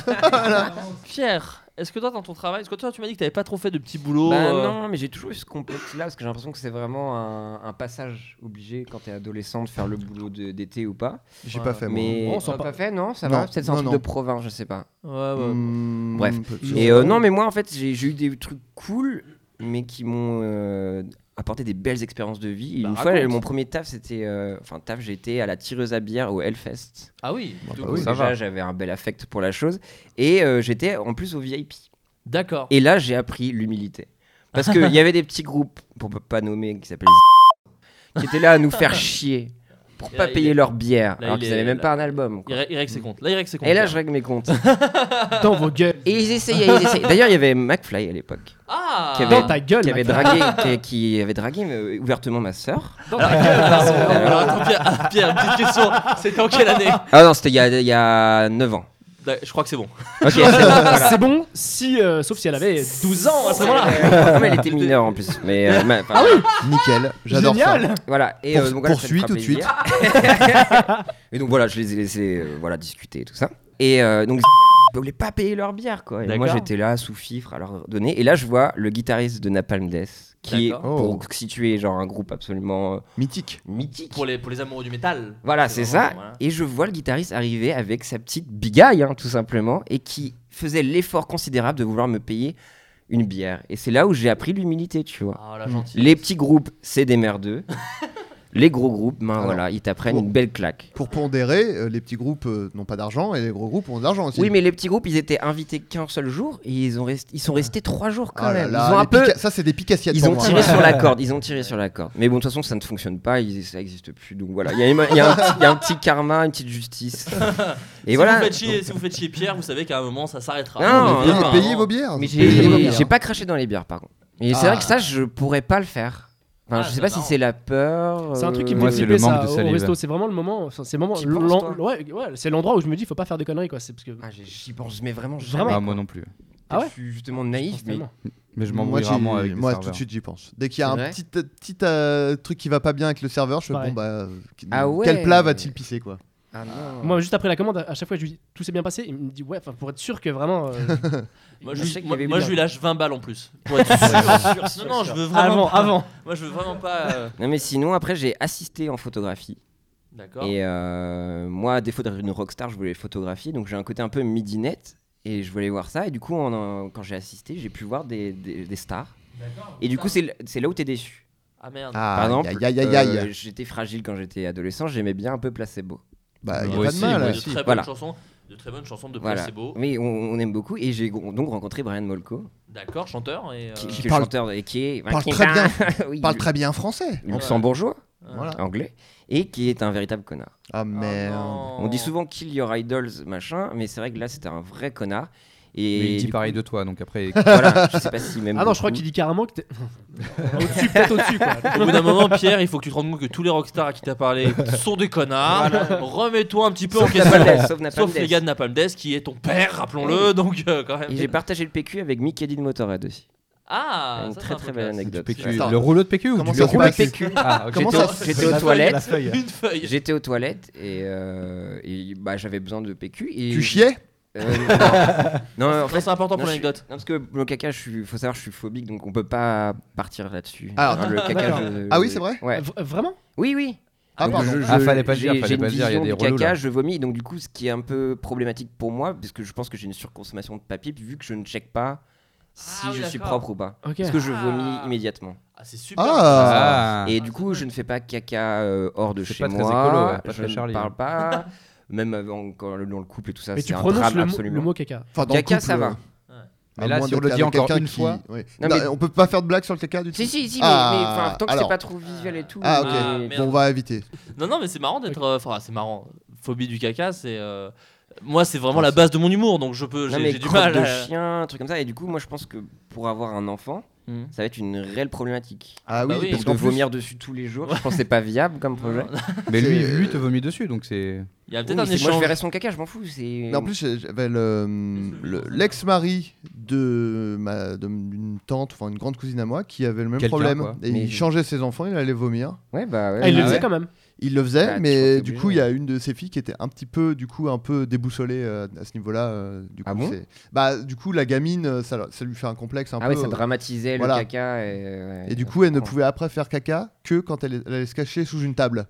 Pierre, est-ce que toi, dans ton travail, est-ce que toi, tu m'as dit que t'avais pas trop fait de petits boulots Bah euh, non, mais j'ai toujours eu ce complexe-là parce que j'ai l'impression que c'est vraiment un, un passage obligé quand t'es adolescent de faire le boulot de- d'été ou pas. J'ai Ouais. pas fait. moi. Mais on on sent pas. pas fait, non Ça Non, va Peut-être c'est un non, truc non. de province, je sais pas. Ouais, Mm. ouais. Mmh, euh, Bref. peu- Et euh, non, mais moi en fait, j'ai j'ai eu des trucs cool, mais qui m'ont euh, apporté des belles expériences de vie. Et Bah, une fois, raconte. mon premier taf, c'était, euh, enfin taf, j'étais à la tireuse à bière au Hellfest. Ah oui, plutôt bah cool. oui. Ça Déjà, va. j'avais un bel affect pour la chose, et euh, j'étais en plus au VIP. D'accord. Et là, j'ai appris l'humilité. Parce qu'il y avait des petits groupes, pour p- pas nommer, qui s'appelaient qui étaient là à nous faire chier pour Là, pas il payer est- leur bière, là, alors il qu'ils est- avaient même là- pas un album. Il, quoi. rè- il règle ses comptes. Là, il règle ses comptes. Et là, Pierre. je règle mes comptes. Dans vos gueules. Et ils essayaient, ils essayaient. D'ailleurs, il y avait McFly à l'époque, Ah Qui avait- Dans ta gueule. qui avait mec. dragué, qui, qui avait dragué euh, ouvertement ma sœur. Dans ta <laughs> gueule. Alors, attends, Pierre, ah, Pierre, une petite question. C'était en quelle année Ah non, c'était il y a, il y a 9 ans. D'ac- Je crois que c'est bon. Ok, C'est bon, si, euh, sauf si elle avait 12 ans à ce moment-là. voilà. Non, Ah, mais elle était mineure en plus. Mais, euh, ma- enfin, Nickel. J'adore ça. Génial. Voilà. Et Pour- euh, donc voilà, poursuis ça me tout de suite. frappait hier. <laughs> et donc voilà, je les ai laissés euh, voilà, discuter et tout ça. Et euh, donc, ils <laughs> voulaient pas payer leur bière, quoi. Et moi, D'accord. j'étais là, sous fifre, à leur donner. Et là, je vois le guitariste de Napalm Death, qui est, D'accord. pour situer, genre, un groupe absolument euh, Mythique. mythique. Pour les, pour les amoureux du métal. Voilà, c'est ça. vraiment, hein. voilà. Et je vois le guitariste arriver avec sa petite bigaille, hein, tout simplement, et qui faisait l'effort considérable de vouloir me payer une bière. Et c'est là où j'ai appris l'humilité, tu vois. Ah, la gentille. Les petits groupes, c'est des merdeux. Les gros groupes, ben Alors, voilà, ils t'apprennent pour- une belle claque. Pour pondérer, euh, les petits groupes euh, n'ont pas d'argent et les gros groupes ont de l'argent aussi. Oui, mais les petits groupes, ils étaient invités qu'un seul jour et ils, ont rest- ils sont restés trois jours quand Ah là même. là, ils ont les un peu. pica- Ça, c'est des picassiettes Ils pour ont moi. tiré sur la corde, ils ont tiré sur la corde. Mais bon, de toute façon, ça ne fonctionne pas, ils- e-, ça n'existe plus. Donc voilà, il y, a une- il y a un petit- il y a un petit karma, une petite justice. Et si, voilà. vous faites chier, si vous faites chier Pierre, vous savez qu'à un moment ça s'arrêtera. Non, On est bien non, hein. Payez- par Payez an. vos bières. hein. Mais Payez vos j'ai bières. j'ai pas craché dans les bières, par contre. Et c'est Ah. vrai que ça, je pourrais pas le faire. Ah, Enfin, je sais c'est pas si marrant. c'est la peur. euh, C'est un truc qui me Moi, fait c'est flipper le manque ça de au- au salive. resto. C'est vraiment le moment. enfin, C'est vraiment T'y l'en- penses, toi l'en- ouais, ouais, c'est l'endroit où je me dis, faut pas faire de conneries quoi. C'est parce que euh, ah, j'ai- J'y pense, mais vraiment. Vraiment. jamais. Ah, moi non plus. Ah ouais Je suis justement je naïf, pense mais tellement. Mais je moi, m'embrouille rarement j'y- avec des moi tout serveurs. de suite, j'y pense. Dès qu'il y a C'est un vrai petit, euh, petit euh, truc qui va pas bien avec le serveur, je fais Pareil. bon bah euh, Ah ouais. quel plat va-t-il pisser quoi Ah non. Moi, juste après la commande, à- à chaque fois, je lui dis, tout s'est bien passé. Il me dit, ouais, enfin, pour être sûr que vraiment. euh, Moi, Je je, lui- sais qu'il y moi- avait eu moi, des- je lui lâche 20 balles en <laughs> plus. Pour être sûr, sûr, sûr, non, non, je veux vraiment. Avant, pas- avant. Moi, je veux vraiment pas. <laughs> euh, Non, mais sinon, après, j'ai assisté en photographie. D'accord. Et euh, moi, à défaut d'être une rockstar, je voulais photographier. Donc j'ai un côté un peu midinette. Et je voulais voir ça. Et du coup, en- en- quand j'ai assisté, j'ai pu voir des, des- des stars. Et du coup, c'est l- c'est là où t'es déçu. Ah merde. Par Ah, exemple, aïe, aïe, aïe, aïe. euh, j'étais fragile quand j'étais adolescent. J'aimais bien un peu Placebo. Euh, Bah, y a moi pas aussi, de mal. moi de là. très bonnes hein. Voilà. chansons. De très bonnes chansons de Voilà. placebo. Mais on, on aime beaucoup. Et j'ai gon- donc rencontré Brian Molko, D'accord, chanteur. Et, euh, qui, qui est parle- chanteur et qui est. parle qui est- très bien. <laughs> oui, Parle très bien français. Luxembourgeois, euh, Voilà. anglais, et qui est un véritable connard. Ah merde. non. euh, On dit souvent kill your idols, machin, mais c'est vrai que là c'était un vrai connard. Et Mais il dit du pareil de toi, <laughs> donc après. coup, voilà, je sais pas si <laughs> même. Ah non, je crois beaucoup. qu'il dit carrément que t'es. <laughs> au-dessus, peut-être au-dessus quoi. Au bout d'un moment, Pierre, il faut que tu te rendes compte que tous les rockstars à qui t'as parlé sont des connards. Remets-toi un petit peu en Sauf question. Napalm Death, <laughs> sauf Napalm Sauf les Death. gars de Napalm Death, qui est ton père, rappelons-le. Donc, euh, quand même. Et j'ai partagé le PQ avec Mickey Dean Motorhead aussi. Ah, Une ça, très, c'est un très peu belle classe. anecdote. PQ. Attends. Le rouleau de PQ ou Comment du ça se rouleau de passe PQ Ah, ok. Ah. Comment J'étais ça au- se- J'étais aux toilettes. Une feuille. J'étais aux toilettes et, euh, et, bah, j'avais besoin de PQ. Et Tu chiais Euh, <laughs> non. non, en Non, fait. c'est important non, pour je l'anecdote. suis- non, parce que le caca, je suis, faut savoir, je suis phobique, donc on peut pas partir là-dessus. Ah, Hein, le caca, d'accord. je- Ah oui, c'est vrai Ouais. V- Vraiment Oui, oui. Ah, Donc, pardon. je- Ah, je- fallait pas le dire, j'ai- fallait j'ai pas une le dire, il y a vision des du relous, caca, là. je vomis. Donc du coup, ce qui est un peu problématique pour moi, parce que je pense que j'ai une surconsommation de papier, vu que je ne check pas si Ah oui, je suis d'accord. propre ou pas. Ok. Parce que je vomis Ah. immédiatement. Ah, c'est super. Ah Ah, Et du coup, je ne fais pas caca euh, hors de C'est chez pas très moi. écolo, ouais, pas je très Charlie, ne parle hein. pas. Même avant, quand, le- dans le couple et tout ça, Mais c'est tu un prononces drame le, mot- absolument. le mot caca. Enfin, dans le Caca, couple, ça euh, va. Mais à là, moins si de on le cas dit avec encore quelqu'un une qui- fois- ouais. Non, Non, mais- On peut pas faire de blague sur le caca du tout Si, si, si, mais, Ah, mais, enfin, tant que alors. c'est pas trop visuel et tout. Ah, ok. mais- Ah, Bon, on va éviter. Non, non, mais c'est marrant d'être. euh, Enfin, c'est marrant. Phobie du caca, c'est. euh, Moi, c'est vraiment la base de mon humour, donc je peux. Non, J'ai mais j'ai du crotte mal. euh. de à- chien, un truc comme ça. Et du coup, moi, je pense que pour avoir un enfant, Mhm. ça va être une réelle problématique. Ah bah oui. oui, parce Parce que qu'en plus, vomir dessus tous les jours, je pense que c'est pas viable comme projet. mais lui, c'est- lui te vomit dessus, donc c'est. Il y a Oui, peut-être mais un c'est- moi, je échange. verrais son caca, je m'en fous. C'est. Mais en plus, j'avais le- le- l'ex-mari de ma de- d'une tante, enfin une grande cousine à moi, qui avait le même Quelqu'un, problème. quoi. Et Mais- il changeait ses enfants, il allait vomir. Ouais, bah ouais. Ah, il le Ah faisait ouais. quand même. Il le faisait, Bah, tu sens que mais t'es du obligé, coup, il y a une de ses filles qui était un petit peu, du coup, un peu déboussolée euh, à ce niveau-là. euh, du coup, Ah bon c'est- bah, du coup, la gamine, euh, ça, ça lui fait un complexe un Ah peu. ouais, ça euh, dramatisait Voilà. le caca. Et, ouais, Et du coup, elle ne comprends. pouvait après faire caca que quand elle, elle allait se cacher sous une table.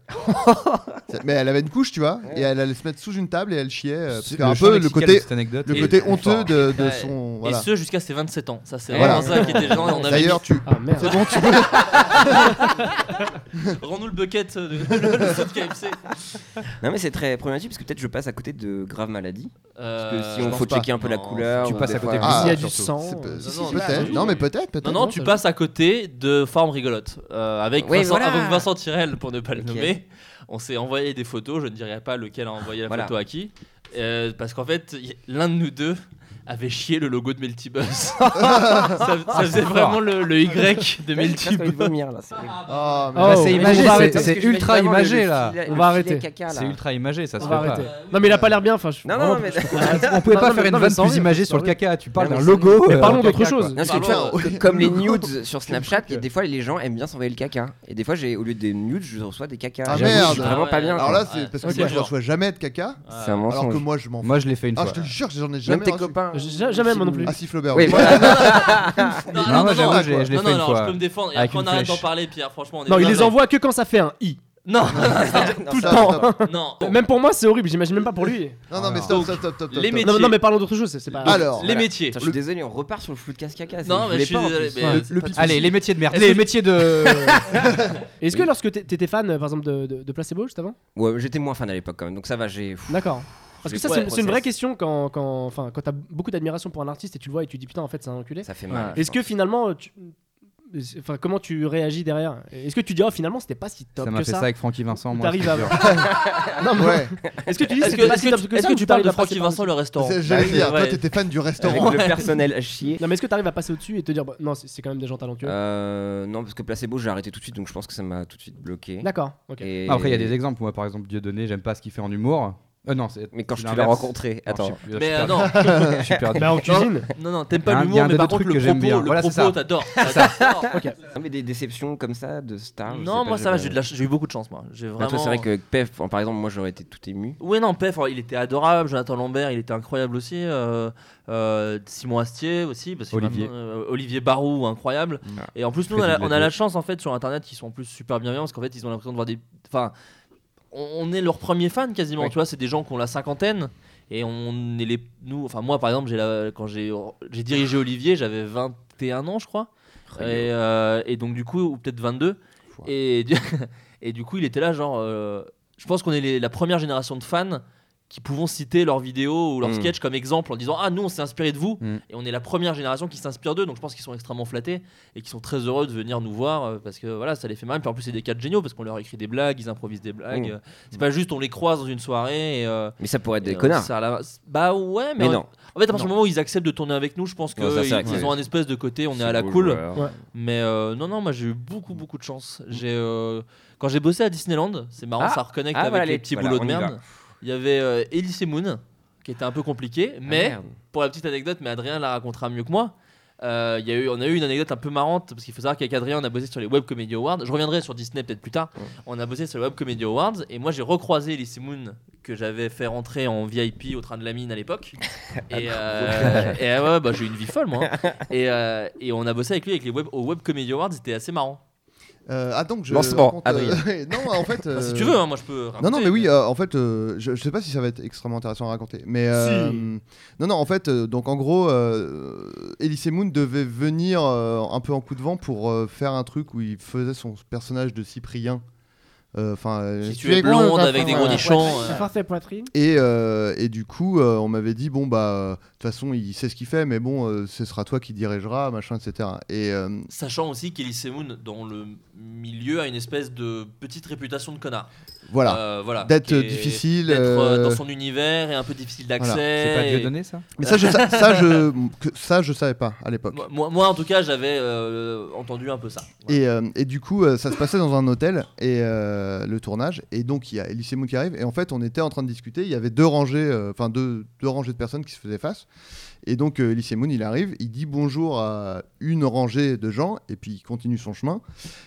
C'est- mais elle avait une couche, tu vois, et elle allait se mettre sous une table et elle chiait. euh, parce que un champ peu le lexical de côté, cette anecdote le est côté très honteux fort. de, de Ouais. son. Voilà. Et ce, jusqu'à ses 27 ans. Ça, c'est Voilà. vraiment ça qui était genre. On avait D'ailleurs, tu. Ah merde. C'est bon, tu peux. mis- Rends-nous le bucket euh, de le saut de KFC. Non, mais c'est très problématique parce que peut-être je passe à côté de graves maladies. Parce Euh, que si je on pense faut pas. checker un peu la Non, couleur. tu ou passes des à côté fois- de- S'il y a Ah, du surtout. sang. C'est euh, pe- Non, si, non, si, bah, peut-être. oui. Non, mais peut-être, peut-être. Non, non, tu passes à côté de Forme Rigolote. Euh, avec, Oui, Vincent, voilà. avec Vincent Tirel, pour ne pas le Ok. nommer, on s'est envoyé des photos. Je ne dirai pas lequel a envoyé la Voilà. photo à qui. Euh, parce qu'en fait, y- l'un de nous deux avait chié le logo de Meltibus. ça, <laughs> ça faisait fort. vraiment le, le Y de Ouais, j'ai presque envie de Meltibus. vomir, là, c'est- Ah, mais- Oh, Bah, c'est on va imagé, c'est- arrêter. Parce que c'est je mets ultra vraiment le- le imagé là. filet- On le va filet arrêter. caca, là. C'est ultra imagé, ça se on fait va pas. arrêter. Non, mais il a pas l'air bien. Enfin, je- Non, vraiment, non, <laughs> mais. On pouvait Non, non, pas faire non, une mais vanne c'est horrible, plus imagée c'est sur le horrible. caca. Tu parles Non, d'un mais logo. Mais euh, parlons en d'autre caca, chose. Non, parce que tu Parlons, vois, euh, comme les le nudes sur Snapchat, et des fois les gens aiment bien s'envoyer le caca. Et des fois, j'ai au lieu des nudes, je reçois des caca. Ah, J'avoue, Je merde. suis vraiment Ah, pas ouais. bien. Alors quoi. là, c'est parce que Ouais. moi, C'est je dur. reçois jamais de caca. C'est un Alors que mensonge. moi, je m'en quoi. fous. Moi, je l'ai fait une Ah, fois. je te jure, j'en ai Même jamais. hein, tes reçu. copains. J'ai- jamais, moi non plus. Ah, si Flaubert. Oui, ouais. voilà. Non, non, <laughs> Non, moi, non, j'avoue, non, je l'ai- je l'ai non, fait une non, fois. je peux me défendre. Et Avec après, une on arrête d'en flèche. parler, Pierre. Franchement, on est Non, il vraiment- les envoie que quand ça fait un i. Non, <laughs> <laughs> Tout le Stop, temps. stop. non. Même pour moi, c'est horrible. J'imagine même pas pour lui. Non, non, mais stop, Alors. stop, stop, stop. Les stop. métiers. Non, non, mais parlons d'autre chose. C'est pas. Ah, Alors, les voilà. métiers. Putain, je suis désolé, on repart sur le flou de Cascaca. Non, mais je suis désolé, mais, euh, le pit- Allez, les métiers de merde. Est-ce Les que- métiers de. <laughs> Est-ce que lorsque t'é- t'étais fan, euh, par exemple, de, de, de Placebo juste avant Ouais, j'étais moins fan à l'époque quand même, donc ça va, j'ai. pff, D'accord. Parce que j'ai- ça, ouais, c'est une- c'est une vraie process. question quand, quand, enfin, quand t'as beaucoup d'admiration pour un artiste et tu le vois et tu dis putain, en fait, c'est un enculé. Ça fait mal. Ouais. Est-ce que finalement, tu- enfin, comment tu réagis derrière Est-ce que tu dis oh finalement c'était pas si top Ça que m'a fait ça ça, avec Francky Vincent. moi, T'arrives c'est à- dur. <laughs> Non, <laughs> mais- Ouais, Est-ce que tu dis Est-ce que, c'était pas est-ce si que top tu- que est-ce ça que ou tu parles de à passer Francky par- Vincent le restaurant C'est- j'allais Ouais, dire, toi ouais. t'étais fan du bah, Avec restaurant. le personnel à chier. Non, mais est-ce que t'arrives à passer au-dessus et te dire bah, non, c'est c'est quand même des gens talentueux Ah, Euh, non, parce que placebo, j'ai arrêté tout de suite, donc je pense que ça m'a tout de suite bloqué. D'accord. Ok. Et- Bah, Après, il y a des exemples. Moi, par exemple, Dieudonné, j'aime pas ce qu'il fait en humour. Euh, non, c'est. Mais quand je c'est te l'ai l'inverse. rencontré, Alors, attends. je suis- je Mais suis euh, perdu. non, Je suis perdu. Bah en cuisine. non, non, t'aimes Il y a pas un- l'humour, il y a un mais des par deux contre trucs le que j'aime bien. propos, le Voilà, c'est propos, ça. t'adores. t'adores. Non, mais des déceptions comme ça de stars. je sais Non, Ah, pas, moi j'ai ça va, pas- j'ai eu de la ch- j'ai eu beaucoup de chance, moi. J'ai Ah, Bah, vraiment. toi, c'est vrai que Pef, par exemple, moi j'aurais été tout ému. Ouais, non, Pef, alors, il était adorable. Jonathan Lambert, il était incroyable aussi. euh, euh, Simon Astier aussi. Parce que Olivier. maintenant, euh, Olivier Barou, incroyable. Ah. Et en plus, nous, on a, Freddy la- de la on a la Tour. chance, en fait, sur Internet, ils sont en plus super bienveillants parce qu'en fait, ils ont l'impression de voir des. Enfin, on, on est leurs premiers fans quasiment, Oui. tu vois. C'est des gens qui ont la cinquantaine. Et on est les. Nous, enfin, moi, par exemple, j'ai la- quand j'ai j'ai dirigé Olivier, j'avais 21 ans, je crois. Et, euh, et donc du coup, ou peut-être 22. Wow. Et, du- <laughs> et du coup, il était là, genre, euh, je pense qu'on est les- la première génération de fans qui pouvons citer leurs vidéos ou leurs Mm. sketchs comme exemple en disant ah nous on s'est inspiré de vous Mm. et on est la première génération qui s'inspire d'eux donc je pense qu'ils sont extrêmement flattés et qui sont très heureux de venir nous voir euh, parce que voilà ça les fait marrer puis en plus c'est des cadres géniaux parce qu'on leur écrit des blagues ils improvisent des blagues Mm. euh, c'est pas juste on les croise dans une soirée et, euh, Mais ça pourrait être et, des euh, connards. ça la- bah ouais mais, Mais en- non. en fait à partir du moment où ils acceptent de tourner avec nous je pense qu'ils Ouais, ça, c'est vrai que ils c'est- ont un espèce de côté on est à la cool Ouais. mais euh, non, non, moi j'ai eu Mm. beaucoup, beaucoup de chance. J'ai euh, quand j'ai bossé à Disneyland, c'est marrant, Ah, ça reconnecte ah, avec voilà, les les- petits voilà, boulots de on y va. merde. Il y avait euh, Elise et Moon, qui était un peu compliqué, Ah, mais merde. pour la petite anecdote, mais Adrien la racontera mieux que moi. euh, il y a eu, on a eu une anecdote un peu marrante parce qu'il faut savoir qu'avec Adrien on a bossé sur les Web Comedy Awards. Je reviendrai sur Disney peut-être plus tard. Ouais. On a bossé sur les Web Comedy Awards et moi j'ai recroisé Elise et Moon que j'avais fait rentrer en VIP au train de la mine à <laughs> l'époque. et Ah euh, et, euh, ouais, bah, j'ai eu une vie folle moi. <laughs> hein. Et, euh, et on a bossé avec lui avec les web, au Web Comedy Awards, c'était assez marrant. Euh, ah, donc je. Lancement, raconte, euh, Adrien. <laughs> non, en fait. Enfin, si euh, tu veux, hein, moi je peux. Non, raconter, non, mais oui, euh, en fait, euh, je, je sais pas si ça va être extrêmement intéressant à raconter. Mais. euh, non, non, en fait, euh, donc en gros, euh, Elise Moon devait venir euh, un peu en coup de vent pour euh, faire un truc où il faisait son personnage de Cyprien. Euh, Enfin, euh, Si tu es blonde avec des gros nichons. euh, Parfait poitrine. Et, euh, et du coup, euh, on m'avait dit bon bah euh, de toute façon, il sait ce qu'il fait, mais bon, euh, ce sera toi qui dirigeras, machin, etc. Et euh, Sachant aussi qu'Elise Moon, dans le milieu, a une espèce de petite réputation de connard. voilà, Euh, voilà. d'être Qui est- difficile. D'être euh, euh, dans son univers et un peu difficile d'accès. C'est pas et- Dieudonné, ça Mais ça, je, sa- ça, je, que- ça, je savais pas à l'époque. Moi- Moi, moi, en tout cas, j'avais euh, entendu un peu ça. Voilà. Et, euh, et du coup, euh, ça se passait dans un hôtel, et euh, le tournage. Et donc, il y a Elise Moon qui arrive. Et en fait, on était en train de discuter. Il y avait deux rangées, euh, enfin deux, deux rangées de personnes qui se faisaient face. Et donc, euh, Elise Moon, il arrive, il dit bonjour à une rangée de gens, et puis il continue son chemin.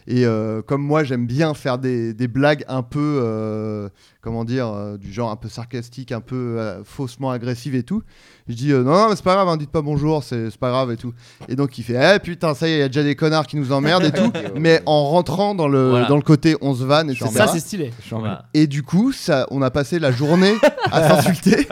Et euh, comme moi, j'aime bien faire des, des blagues un peu, euh, comment dire, euh, du genre un peu sarcastique, un peu euh, faussement agressive et tout. Je dis euh, non, non, mais c'est pas grave, hein, dites pas bonjour, c'est c'est pas grave et tout. Et donc, il fait, eh putain, ça y est, il y a déjà des connards qui <laughs> nous emmerdent et tout. Mais en rentrant dans le, Voilà. dans le côté on se vanne, etc. Ça c'est stylé. J'en ai- Voilà. Et du coup, ça, on a passé la journée <laughs> à s'insulter.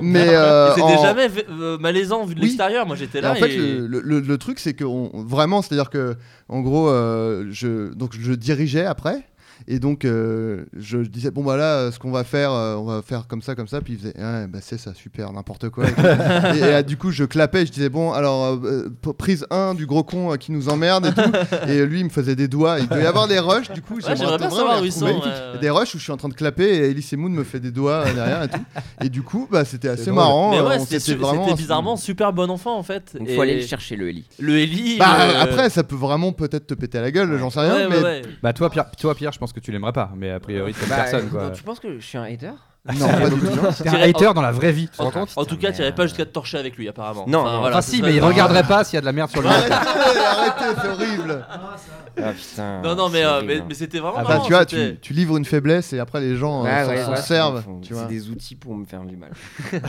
mais Et euh, C'était en- jamais fait- euh, malaisant vu de Oui. l'extérieur. Moi, j'étais et en là. fait, et- le, le- le- le truc, c'est que on- vraiment, c'est-à-dire que, en gros, euh, je, donc, je dirigeais après. Et donc, euh, je disais, bon, bah là, euh, ce qu'on va faire, euh, on va faire comme ça, comme ça. Puis il faisait, ouais, bah c'est ça, super, n'importe quoi. et, <laughs> et, euh, du coup, je clapais, je disais, bon, alors, euh, euh, prise 1 du gros con euh, qui nous emmerde et <laughs> tout. et lui, il me faisait des doigts. Il devait y avoir des rushs, du coup, Ouais, j'aimerais bien vraiment savoir les où ils sont. retrouver. ouais, ouais. Des rushs où je suis en train de clapper et Elise et Moon me fait des doigts euh, derrière et tout. Et du coup, bah, c'était assez drôle. marrant. Mais euh, ouais, on c'était s'était su- vraiment c'était bizarrement super bon enfant en fait. Donc Et faut aller le chercher, le Ellie. le Ellie. Bah, le- après, ça peut vraiment peut-être te péter la gueule, j'en sais euh, Ouais, rien, ouais, mais ouais. Bah, toi, Pierre, toi, Pierre, je pense que tu l'aimerais pas, mais a priori, t'aimes personne, quoi. tu penses que je suis un hater Non, pas du tout. non. T'es un hater dans la vraie vie, tu te En, rends compte en tout cas, tu n'irais pas jusqu'à te torcher avec lui, apparemment. Non, non. Ah, Ah, Enfin, ce si, serait- mais il regarderait pas s'il y a de la merde sur le Arrêtez, arrêtez, c'est horrible. Ah putain. <laughs> Non, non, mais, c'est euh, horrible, mais, hein. mais c'était vraiment. Ah bah, Enfin, marrant, tu vois, c'était- tu, tu livres une faiblesse et après les gens euh, Ah, Ouais, s'en- ouais, s'en ouais, servent. c'est- Tu C'est vois. des outils pour me faire du mal.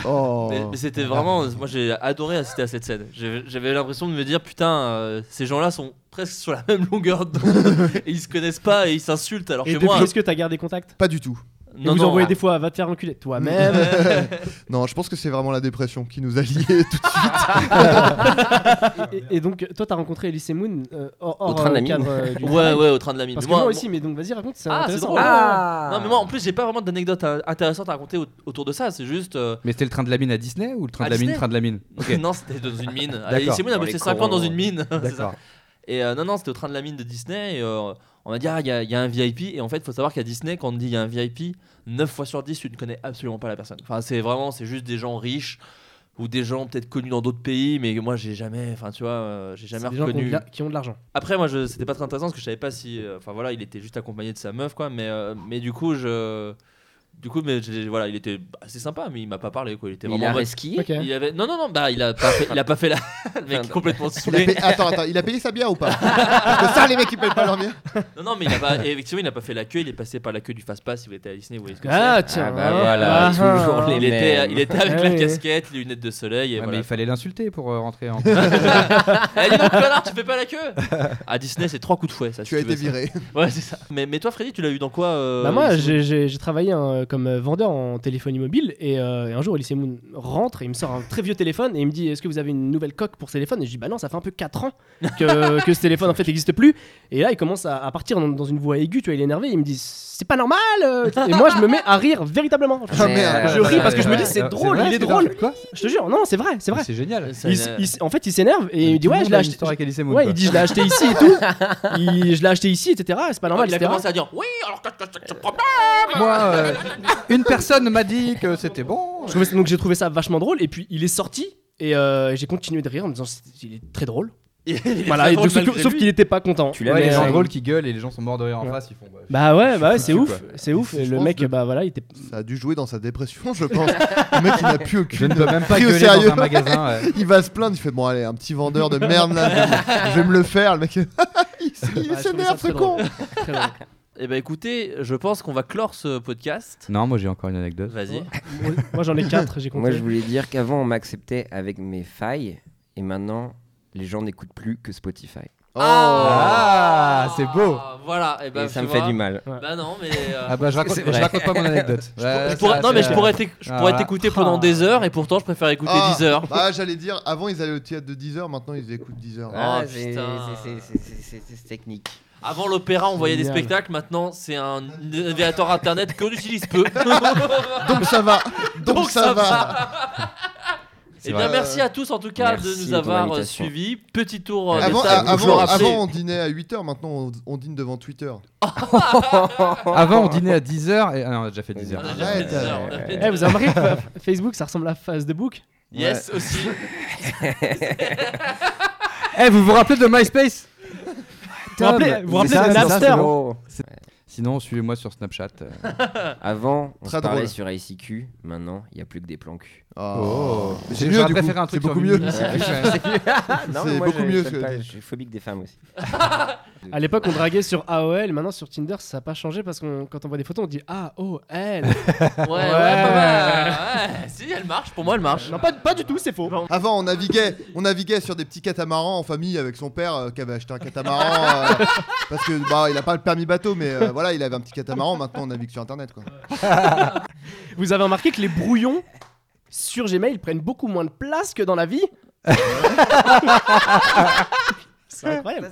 Oh. Mais, mais c'était vraiment. Moi, j'ai adoré assister à cette scène. J'ai- J'avais l'impression de me dire putain, euh, ces gens-là sont presque sur la <laughs> même longueur d'onde et ils se connaissent pas et ils s'insultent. Alors Et que depuis, moi, ah. est-ce que t'as gardé contact Pas du tout. Et vous envoyez des fois, va te faire enculer toi-même. <laughs> non, je pense que c'est vraiment la dépression qui nous a liés tout de suite. et, et donc, toi, t'as rencontré Elise Moon euh, hors, hors, train de euh, la mine. cadre euh, du Ouais, travail. ouais, au train de la mine. Parce que Mais moi- moi aussi, mais donc vas-y, raconte, c'est Ah, c'est intéressant. drôle. Non, mais moi, en plus, j'ai pas vraiment d'anecdote euh, intéressante à raconter au- autour de ça. C'est juste. euh, Mais c'était le train de la mine à Disney ou le train À de la mine, Disney train de la mine <laughs> Ok, <laughs> non, c'était dans une mine. D'accord. Alice Moon a Dans les bossé 5 ans dans corons. une mine. <laughs> C'est ça. d'accord. Et euh, non, non, c'était au train de la mine de Disney. et, euh, on m'a dit, ah, il y, a- il y a un VIP. Et en fait, faut savoir qu'à Disney, quand on dit il y a un VIP, 9 fois sur 10, tu ne connais absolument pas la personne. Enfin, c'est vraiment, c'est juste des gens riches ou des gens peut-être connus dans d'autres pays, mais moi, j'ai jamais, enfin, tu vois, euh, j'ai C'est jamais des gens qui ont de reconnu. la- qui ont de l'argent. Après, moi, je, c'était pas très intéressant parce que je savais pas si. euh, Enfin, voilà, il était juste accompagné de sa meuf, quoi. Mais, euh, mais du coup, je. Du coup, mais j'ai- voilà, il était assez sympa, mais il m'a pas parlé, quoi. Il était Mais vraiment. il a hein. en mode- reskié. Ok. il avait... Non, non, non, bah, il a pas fait, il a pas <laughs> fait la. le mec est complètement Il a saoulé. payé- Attends, attends, il a payé sa bière ou pas Parce que ça, les mecs, ils payent pas leur bière. Non, non, mais il a pas... et effectivement, il n'a pas fait la queue, il est passé par la queue du Fast Pass, il était à Disney, vous voyez ce que Ah, tiens, Ah, bah, voilà, toujours c'est. les- Il était, il était avec Ah la oui. casquette, les lunettes de soleil, et Ouais, Mais voilà. il fallait l'insulter pour <laughs> euh, rentrer en. Eh, dis donc, connard, tu fais pas la queue À Disney, c'est trois coups de fouet, ça. si Tu as été veux, ça. viré. Ouais, c'est ça. Mais, mais toi, Freddy, tu l'as eu dans quoi euh, Bah moi, Alice j'ai- j'ai j'ai travaillé hein, comme euh, vendeur en téléphonie mobile et, euh, et un jour, Elise Moon rentre et il me sort un très vieux téléphone et il me dit Est-ce que vous avez une nouvelle coque pour ce téléphone Et je dis Bah non, ça fait un peu 4 ans que, que ce téléphone en fait n'existe plus. Et là, il commence à, à partir dans, dans une voix aiguë, tu vois, il est énervé. Il me dit C'est pas normal euh. Et moi, je me mets à rire véritablement. Je, Ah, merde. je ris parce que je me dis C'est Ouais, drôle, vrai, il est Euh, c'est drôle. dingue. Quoi Je te jure, non, c'est vrai, c'est vrai. C'est génial. Ça, Il s- il s- en fait, il s'énerve et il me dit Ouais, je l'ai acheté. Avec Alice et Moon, Ouais, quoi. il dit je l'ai acheté ici et tout. Il- je l'ai acheté ici, etc. C'est pas Ah, normal, il a etc. commencé à dire oui, alors que tu problème. ah, Moi, bah. euh, une personne m'a dit que c'était bon. Je trouvais ça- donc j'ai trouvé ça vachement drôle. Et puis il est sorti et euh, j'ai continué de rire en me disant C'est- il est très drôle. Voilà, et donc, sauf, que- sauf qu'il était pas content. Tu l'as Ouais, mis, les euh, gens drôles qui gueulent et les gens sont morts de rire en Ouais. face, ils font. bah, Bah ouais, bah ouais, Je c'est suis ouf, foutu, c'est ouf. Je Et le pense mec, de- bah voilà, il était. Ça a dû jouer dans sa dépression, je pense. Le mec, il n'a plus Je aucune. ne peux même pas pris au gueuler dans sérieux. un magasin. ouais. Il va se plaindre, il fait bon allez un petit vendeur de merde là, je vais me le faire, le mec <laughs> il Bah, il je trouvais ça s'énerve ce très con. drôle. Très drôle. Eh ben écoutez, je pense qu'on va clore ce podcast. Non, moi j'ai encore une anecdote. Vas-y. Moi- Moi j'en ai 4, j'ai Moi, compté. je voulais dire qu'avant, on m'acceptait avec mes failles, et maintenant, les gens n'écoutent plus que Spotify. Oh. Ah, c'est beau. Voilà, et ben et ça tu me fait vois. du mal. Bah non, mais euh, Ah bah je raconte, C'est je vrai. raconte pas mon anecdote. Ouais, je ça, pourrais- non c'est, mais je euh, pourrais t'éc- je Ah, pourrais voilà. t'écouter pendant des heures et pourtant je préfère écouter Ah. 10 heures. Ah j'allais dire avant ils allaient au théâtre de 10h, maintenant ils écoutent 10h. Ah, c'est putain. c'est- c'est- c'est- c'est- c'est- c'est technique. Avant l'opéra, on voyait des Génial. spectacles, maintenant c'est un navigateur internet qu'on utilise peu. Donc ça va, donc, Donc ça, ça va. Et C'est Eh bien vrai. merci à tous en tout cas Merci de de nous ton avoir euh, invitation. suivis. Petit tour euh, de Avant, table, avant- je le rappelle. avant, on dînait à 8h, maintenant on, on dîne devant Twitter. Avant on dînait à 10h et ah non, on a déjà fait 10h. On a déjà fait Arrête. des heures, on a fait Eh, des vous avez remarqué que fa- Facebook ça ressemble à Facebook Yes, aussi. Eh, vous vous rappelez de MySpace Vous vous rappelez- vous vous rappelez de Napster Sinon, suivez-moi sur Snapchat. euh. Ah. Avant, on Très se parlait drôle. sur ICQ. Maintenant, il n'y a plus que des plans cul. Oh. Mais C'est J'ai- mieux j'aurais du coup, préféré un c'est truc beaucoup sur mieux. <laughs> une- Ouais. Ah, Non, C'est mais moi, beaucoup je- mieux je que- sais pas, Je suis phobique des femmes <laughs> aussi. À l'époque <laughs> on draguait sur AOL, maintenant sur Tinder ça a pas changé parce qu'on quand on voit des photos on dit AOL. Ouais, ouais, pas mal. Ouais, Si elle marche, pour moi elle marche. <laughs> non, pas, pas du tout, c'est faux. Avant on naviguait, on naviguait sur des petits catamarans en famille avec son père euh, qui avait acheté un catamaran euh, parce que bah il a pas le permis bateau mais euh, voilà, il avait un petit catamaran, maintenant on navigue sur internet quoi. Vous avez remarqué que les brouillons sur Gmail prennent beaucoup moins de place que dans la <laughs> vie C'est incroyable.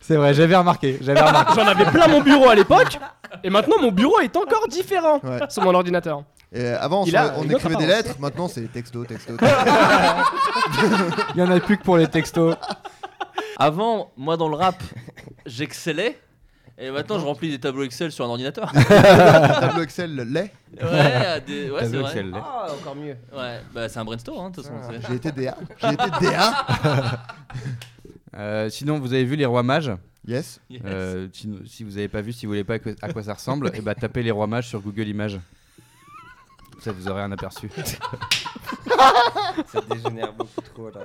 C'est vrai, j'avais remarqué. J'avais remarqué. J'en avais plein mon bureau à <laughs> l'époque, et maintenant mon bureau est encore différent Ouais. sur mon ordinateur. Et avant on, Il se- a on une autre écrivait des apparence. lettres, maintenant c'est texto, texto. texto. Il y en a plus que pour les textos. Avant, moi dans le rap, j'excellais. Et maintenant, je remplis des tableaux Excel sur un ordinateur. tableau Excel l'est. <laughs> Ouais, à des- ouais, c'est Tableau vrai. Excel, là. Ah, encore mieux. Ouais, bah c'est un brainstorm, hein, de toute façon. c'est- J'ai été DA. J'ai été DA. Euh, sinon, vous avez vu les rois mages Yes. Yes. euh, eh ben, Euh, si, si vous n'avez pas vu, si vous voulez pas à quoi, à quoi ça ressemble, et bah tapez les rois mages sur Google Images. Ça vous aurez un aperçu. Ça dégénère beaucoup trop là.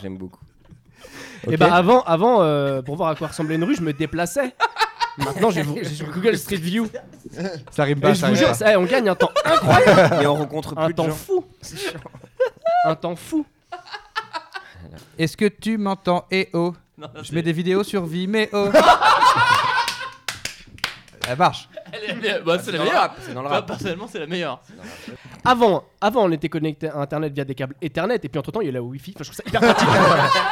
J'aime beaucoup. Eh Et bah ben, <laughs> avant, avant euh, pour voir à quoi ressemblait une rue, je me déplaçais. Maintenant, je vais vous- je suis sur Google Street View. ça rime Et pas, je ça vous rime jure, pas. ça- eh, on gagne un temps Et on rencontre un plus de temps gens. fou. Un temps fou. Est-ce que tu m'entends Eh oh Non, là, Je c'est- mets des vidéos sur <laughs> Vimeo. Elle marche. <laughs> Elle est- elle est- bah, c'est la dans le meilleure. rap, C'est dans le Bah, rap. personnellement, c'est la meilleure. Avant, avant, on était connecté à Internet via des câbles Ethernet, et puis entre temps, il y a la Wi-Fi. Enfin, je trouve ça hyper <laughs> pratique.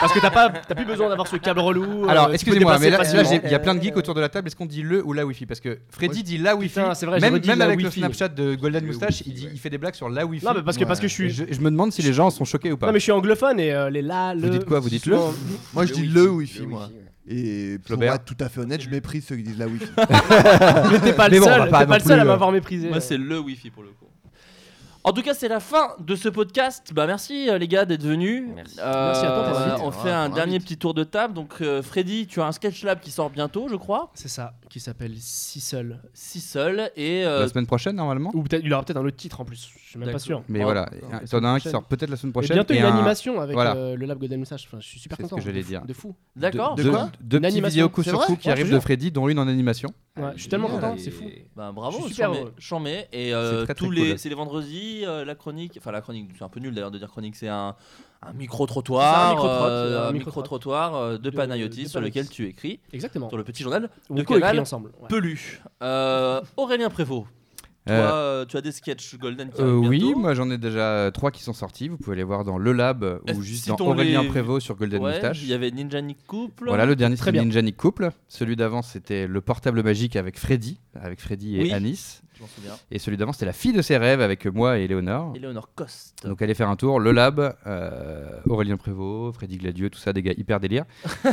Parce que t'as pas, t'as plus besoin d'avoir ce câble relou. euh, Alors, tu peux excusez-moi, mais déplacer là, là, facilement. Euh, j'ai- il y a plein de geeks autour de la table. Est-ce qu'on dit le ou la Wi-Fi Parce que Freddy dit la Wi-Fi. Putain, c'est vrai, j'ai même redit même la avec le Wi-Fi. Snapchat de Golden Le Moustache, Wi-Fi, il, dit- ouais. il fait des blagues sur la Wi-Fi. Non, mais parce que, parce que je suis. Et je, je me demande si les gens en sont choqués ou pas. Non, mais je suis anglophone et euh, les là, le. Vous dites quoi Vous dites le <laughs> souvent- Moi, je dis le wifi, moi. Et pour Flaubert. être tout à fait honnête, je méprise ceux qui disent la wifi. Mais t'es pas Mais le bon, on seul, va t'es pas pas, non le seul plus, à euh, m'avoir méprisé. Moi, c'est le Wi-Fi pour le coup. En tout cas, c'est la fin de ce podcast. Bah, merci euh, les gars d'être venus. Merci. Euh, Merci à toi pour euh, l'invite. On Ouais, fait pour un l'invite. dernier petit tour de table. Donc, euh, Freddy, tu as un sketch lab qui sort bientôt, je crois. C'est ça, qui s'appelle Si Seul. Si seul. Et euh, La Bah, semaine prochaine, normalement. Ou peut-être, il aura peut-être un autre titre en plus, je suis même pas D'accord. sûr. Mais Oh, la voilà, t'en as un semaine qui prochaine. sort peut-être la semaine Et prochaine. bientôt et une un- animation avec voilà. euh, le Lab Golden Message. Enfin, je suis super C'est ce content. que j'allais de- dire. De fou. d'accord. De deux- quoi deux Une petites animation. vidéos coup C'est sur vrai coup qui Ouais, arrivent je de jure. Freddy, dont une en animation. Ouais, je suis tellement génial. content, c'est fou. Bah, bravo, Je suis super Chamé. heureux. Chamé. Et euh, C'est très, très tous les, cool. c'est les vendredis, euh, la chronique. Enfin, la chronique, c'est un peu nul d'ailleurs de dire chronique, c'est un, un C'est un micro-trottoir. micro-trot, euh, un un micro-trottoir euh, de de Panayotis sur Panayotis. lequel tu écris, Exactement. sur le petit journal On de co-écrit Canal. ensemble. ouais. Pelu. Euh, Aurélien Prévost, toi, Euh, euh, tu as des sketchs Golden qui Euh, arrivent oui, bientôt. moi j'en ai déjà euh, trois qui sont sortis. Vous pouvez les voir dans Le Lab euh, Est-ce ou juste si dans t'on Aurélien les- Prévost sur Golden Ouais, Moustache. Il y avait Ninja Nick Couple. Voilà, le dernier Très c'était bien. Ninja Nick Couple. Celui d'avant c'était Le Portable Magique avec Freddy, avec Freddy et Oui. Anis. Je m'en souviens. Et celui d'avant c'était La fille de ses rêves avec moi et Léonore. Eleonore Coste. Donc allez faire un tour, Le Lab, euh, Aurélien Prévost, Freddy Gladieux, tout ça, des gars hyper délire.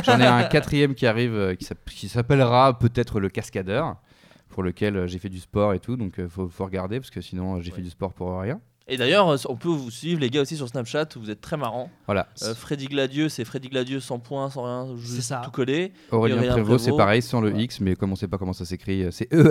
J'en <laughs> ai un quatrième qui arrive euh, qui s'app- qui s'appellera peut-être Le Cascadeur, pour lequel euh, j'ai fait du sport et tout, donc euh, faut, faut regarder parce que sinon euh, j'ai fait Ouais. du sport pour rien. Et d'ailleurs, euh, on peut vous suivre, les gars, aussi sur Snapchat, où vous êtes très marrants. Voilà. Euh, Freddy Gladieux, c'est Freddy Gladieux sans point, sans rien, juste ça. tout collé. Aurélien, Aurélien Prévost, Prévost. c'est pareil, sans le Voilà. X, mais comme on sait pas comment ça s'écrit, euh, c'est EAU,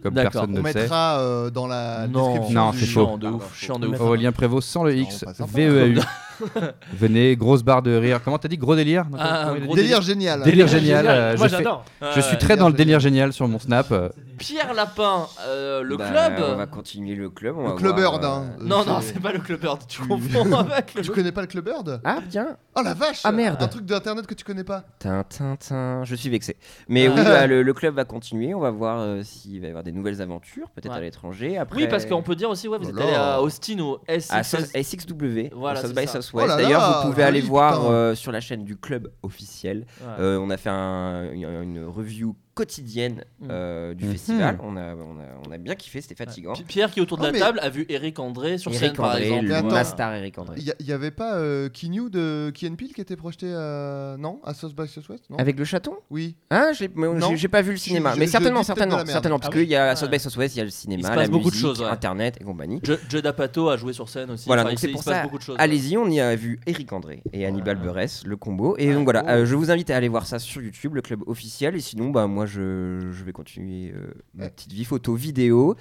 comme D'accord. personne On ne le sait. mettra euh, dans la Non, description. Non, du- c'est faux. chiant de Pardon, ouf, faut- chiant de faut ouf. Aurélien Prévost sans le Non, X, pas sympa. VEAU. <laughs> Venez, grosse barre de rire. Comment t'as dit Gros délire Donc, Ah, comment il a gros dit délire. Délire génial. Délire génial. euh, Moi je, fais- j'adore. je Ouais. suis très dans le délire génial sur mon <laughs> Snap. euh, Pierre Lapin, euh, le Bah, club. On va continuer le club. on Le va clubber voir, euh, d'un. Non, non, c'est pas le clubbird, tu Tu- <laughs> confonds avec le. Tu connais pas le Clubbird Ah, bien. Oh la vache Ah, merde. Un truc d'internet que tu connais pas Tin, tin, tin. Je suis vexé. Mais Ah. oui, <laughs> bah, le, le club va continuer. On va voir euh, s'il va y avoir des nouvelles aventures, peut-être Ouais. à l'étranger. Après, Oui, parce qu'on peut dire aussi, ouais, vous Oh êtes là. allé à Austin au S. À South- SXW, Voilà, à South c'est by ça. Southwest. Oh là là, D'ailleurs, vous pouvez joli, aller voir putain. euh, sur la chaîne du club officiel. Euh, on a fait un- une, une review quotidienne Mm. euh, du Mhm. festival. On a, on, a, on a bien kiffé, c'était fatigant. Pierre qui est autour de Non, la mais- table a vu Eric André sur scène Eric par André, exemple. le Attends. master Eric André. Il y, a- il y avait pas euh, Kinyu de Key and Peele qui était projeté à... Non À South by Southwest non Avec le chaton Oui. Hein, j'ai- mais on- Non. j'ai j'ai pas vu le cinéma, Je- je- mais je certainement, dis peut-être de la certainement, merde. certainement, parce Ah oui. qu'il y a Ouais. à South by Southwest, il y a le cinéma, Il se la passe beaucoup de musique, choses, ouais. internet et compagnie. Je- Judd Apatow a joué sur scène aussi. Voilà, Enfin, donc il c'est se- pour il se passe ça, beaucoup de choses. Allez-y, on y a vu Eric André et Hannibal Buress, le combo. Et donc voilà, Oh. euh, je vous invite à aller voir ça sur YouTube, le club officiel. Et sinon, bah moi, je, je vais continuer euh, ma Ouais. petite vie photo, vidéo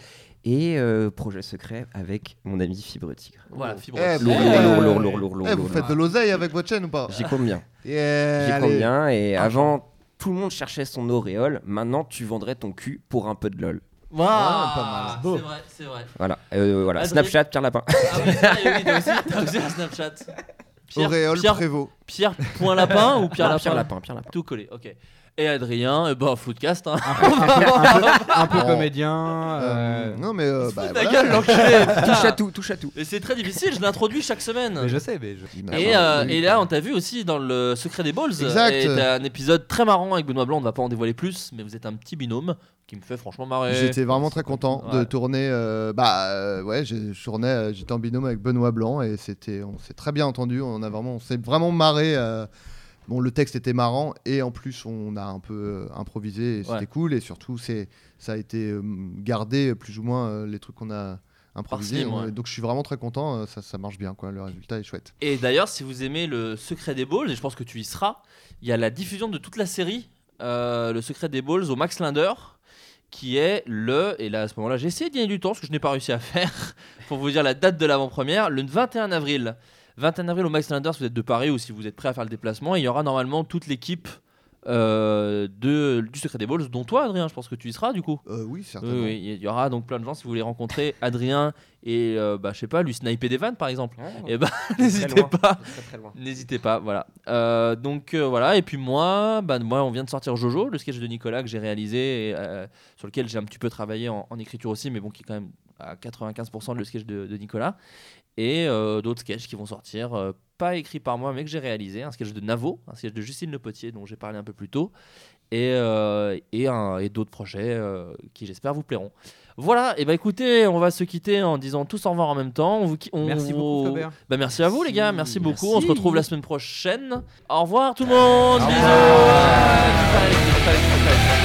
et euh, projet secret avec mon ami Fibre Tigre. Voilà, fibre. Eh, Lourd, Eh. lourd, lourd, lourd, lourd, lourd, Eh, vous lourd. faites de l'oseille avec votre chaîne ou pas J'y compte bien. Yeah, J'y compte allez. bien. Et avant, tout le monde cherchait son auréole. Maintenant, tu vendrais ton cul pour un peu de lol. Waouh, pas mal. C'est Beau. vrai, c'est vrai. Voilà, euh, voilà. Adrien- Snapchat, Pierre Lapin. Ah oui, c'est vrai, oui, t'as aussi, t'as aussi un Snapchat. Pierre, Auréole Pierre, Prévost. Pierre point lapin ou Pierre Non, lapin <laughs> Pierre Lapin, Pierre Lapin. Tout collé, ok. Et Adrien, eh ben, footcast. Hein. <laughs> un peu Bon. comédien. Euh, euh, Non mais euh, bah, Ta voilà. gueule, l'enculé. Touche à tout, touche à tout. Et c'est très difficile, je l'introduis chaque semaine. mais je sais, mais je- Et, euh, et là, on t'a vu aussi dans le Secret des Balls. Ah, bah, Exact. Et t'as un épisode très marrant avec Benoît Blanc. On va pas en dévoiler plus, mais vous êtes un petit binôme qui me fait franchement marrer. J'étais vraiment très content euh, Ouais. de tourner. euh, bah euh, ouais, j'ai- je tournais, euh, j'étais en binôme avec Benoît Blanc et c'était, on s'est très bien entendu. On a vraiment, on s'est vraiment marré. euh, bon, le texte était marrant et en plus on a un peu euh, improvisé. et C'était Ouais. cool et surtout c'est, ça a été euh, gardé euh, plus ou moins euh, les trucs qu'on a improvisés. Parslim, ouais. Euh, Donc je suis vraiment très content. euh, Ça, ça marche bien quoi. Le résultat est chouette. Et d'ailleurs, si vous aimez le Secret des Balls, et je pense que tu y seras, il y a la diffusion de toute la série, euh, le Secret des Balls au Max Linder, qui est le, et là à ce moment-là j'ai essayé de gagner du temps, ce que je n'ai pas réussi à faire, <laughs> pour vous dire la date de l'avant-première, le 21 avril. 21 avril au Max Landers, vous êtes de Paris ou si vous êtes prêt à faire le déplacement, il y aura normalement toute l'équipe euh, de, du Secret des Balls, dont toi Adrien, je pense que tu y seras du coup. Euh, oui, Oui, certainement. oui, il y aura donc plein de gens si vous voulez rencontrer Adrien et euh, bah, je sais pas, lui sniper des vannes par <laughs> exemple. Et bah n'hésitez pas. N'hésitez pas, voilà. Euh, donc euh, voilà, et puis moi, bah, moi, on vient de sortir Jojo, le sketch de Nicolas que j'ai réalisé, et, euh, sur lequel j'ai un petit peu travaillé en, en écriture aussi, mais bon, qui est quand même à 95% le sketch de, de Nicolas. Et euh, d'autres sketchs qui vont sortir, euh, pas écrits par moi, mais que j'ai réalisé. Un sketch de Navo, un sketch de Justine Le Potier, dont j'ai parlé un peu plus tôt, et, euh, et, un- et d'autres projets euh, qui, j'espère, vous plairont. Voilà, et bah écoutez, on va se quitter en disant tous au revoir en même temps. On vous, qui- on Merci beaucoup, vous- Flaubert. bah, merci à vous les gars, merci beaucoup. On se Merci. retrouve la semaine prochaine. Au revoir tout le monde. Bisous. Ouais, c'est pas- c'est pas- c'est pas-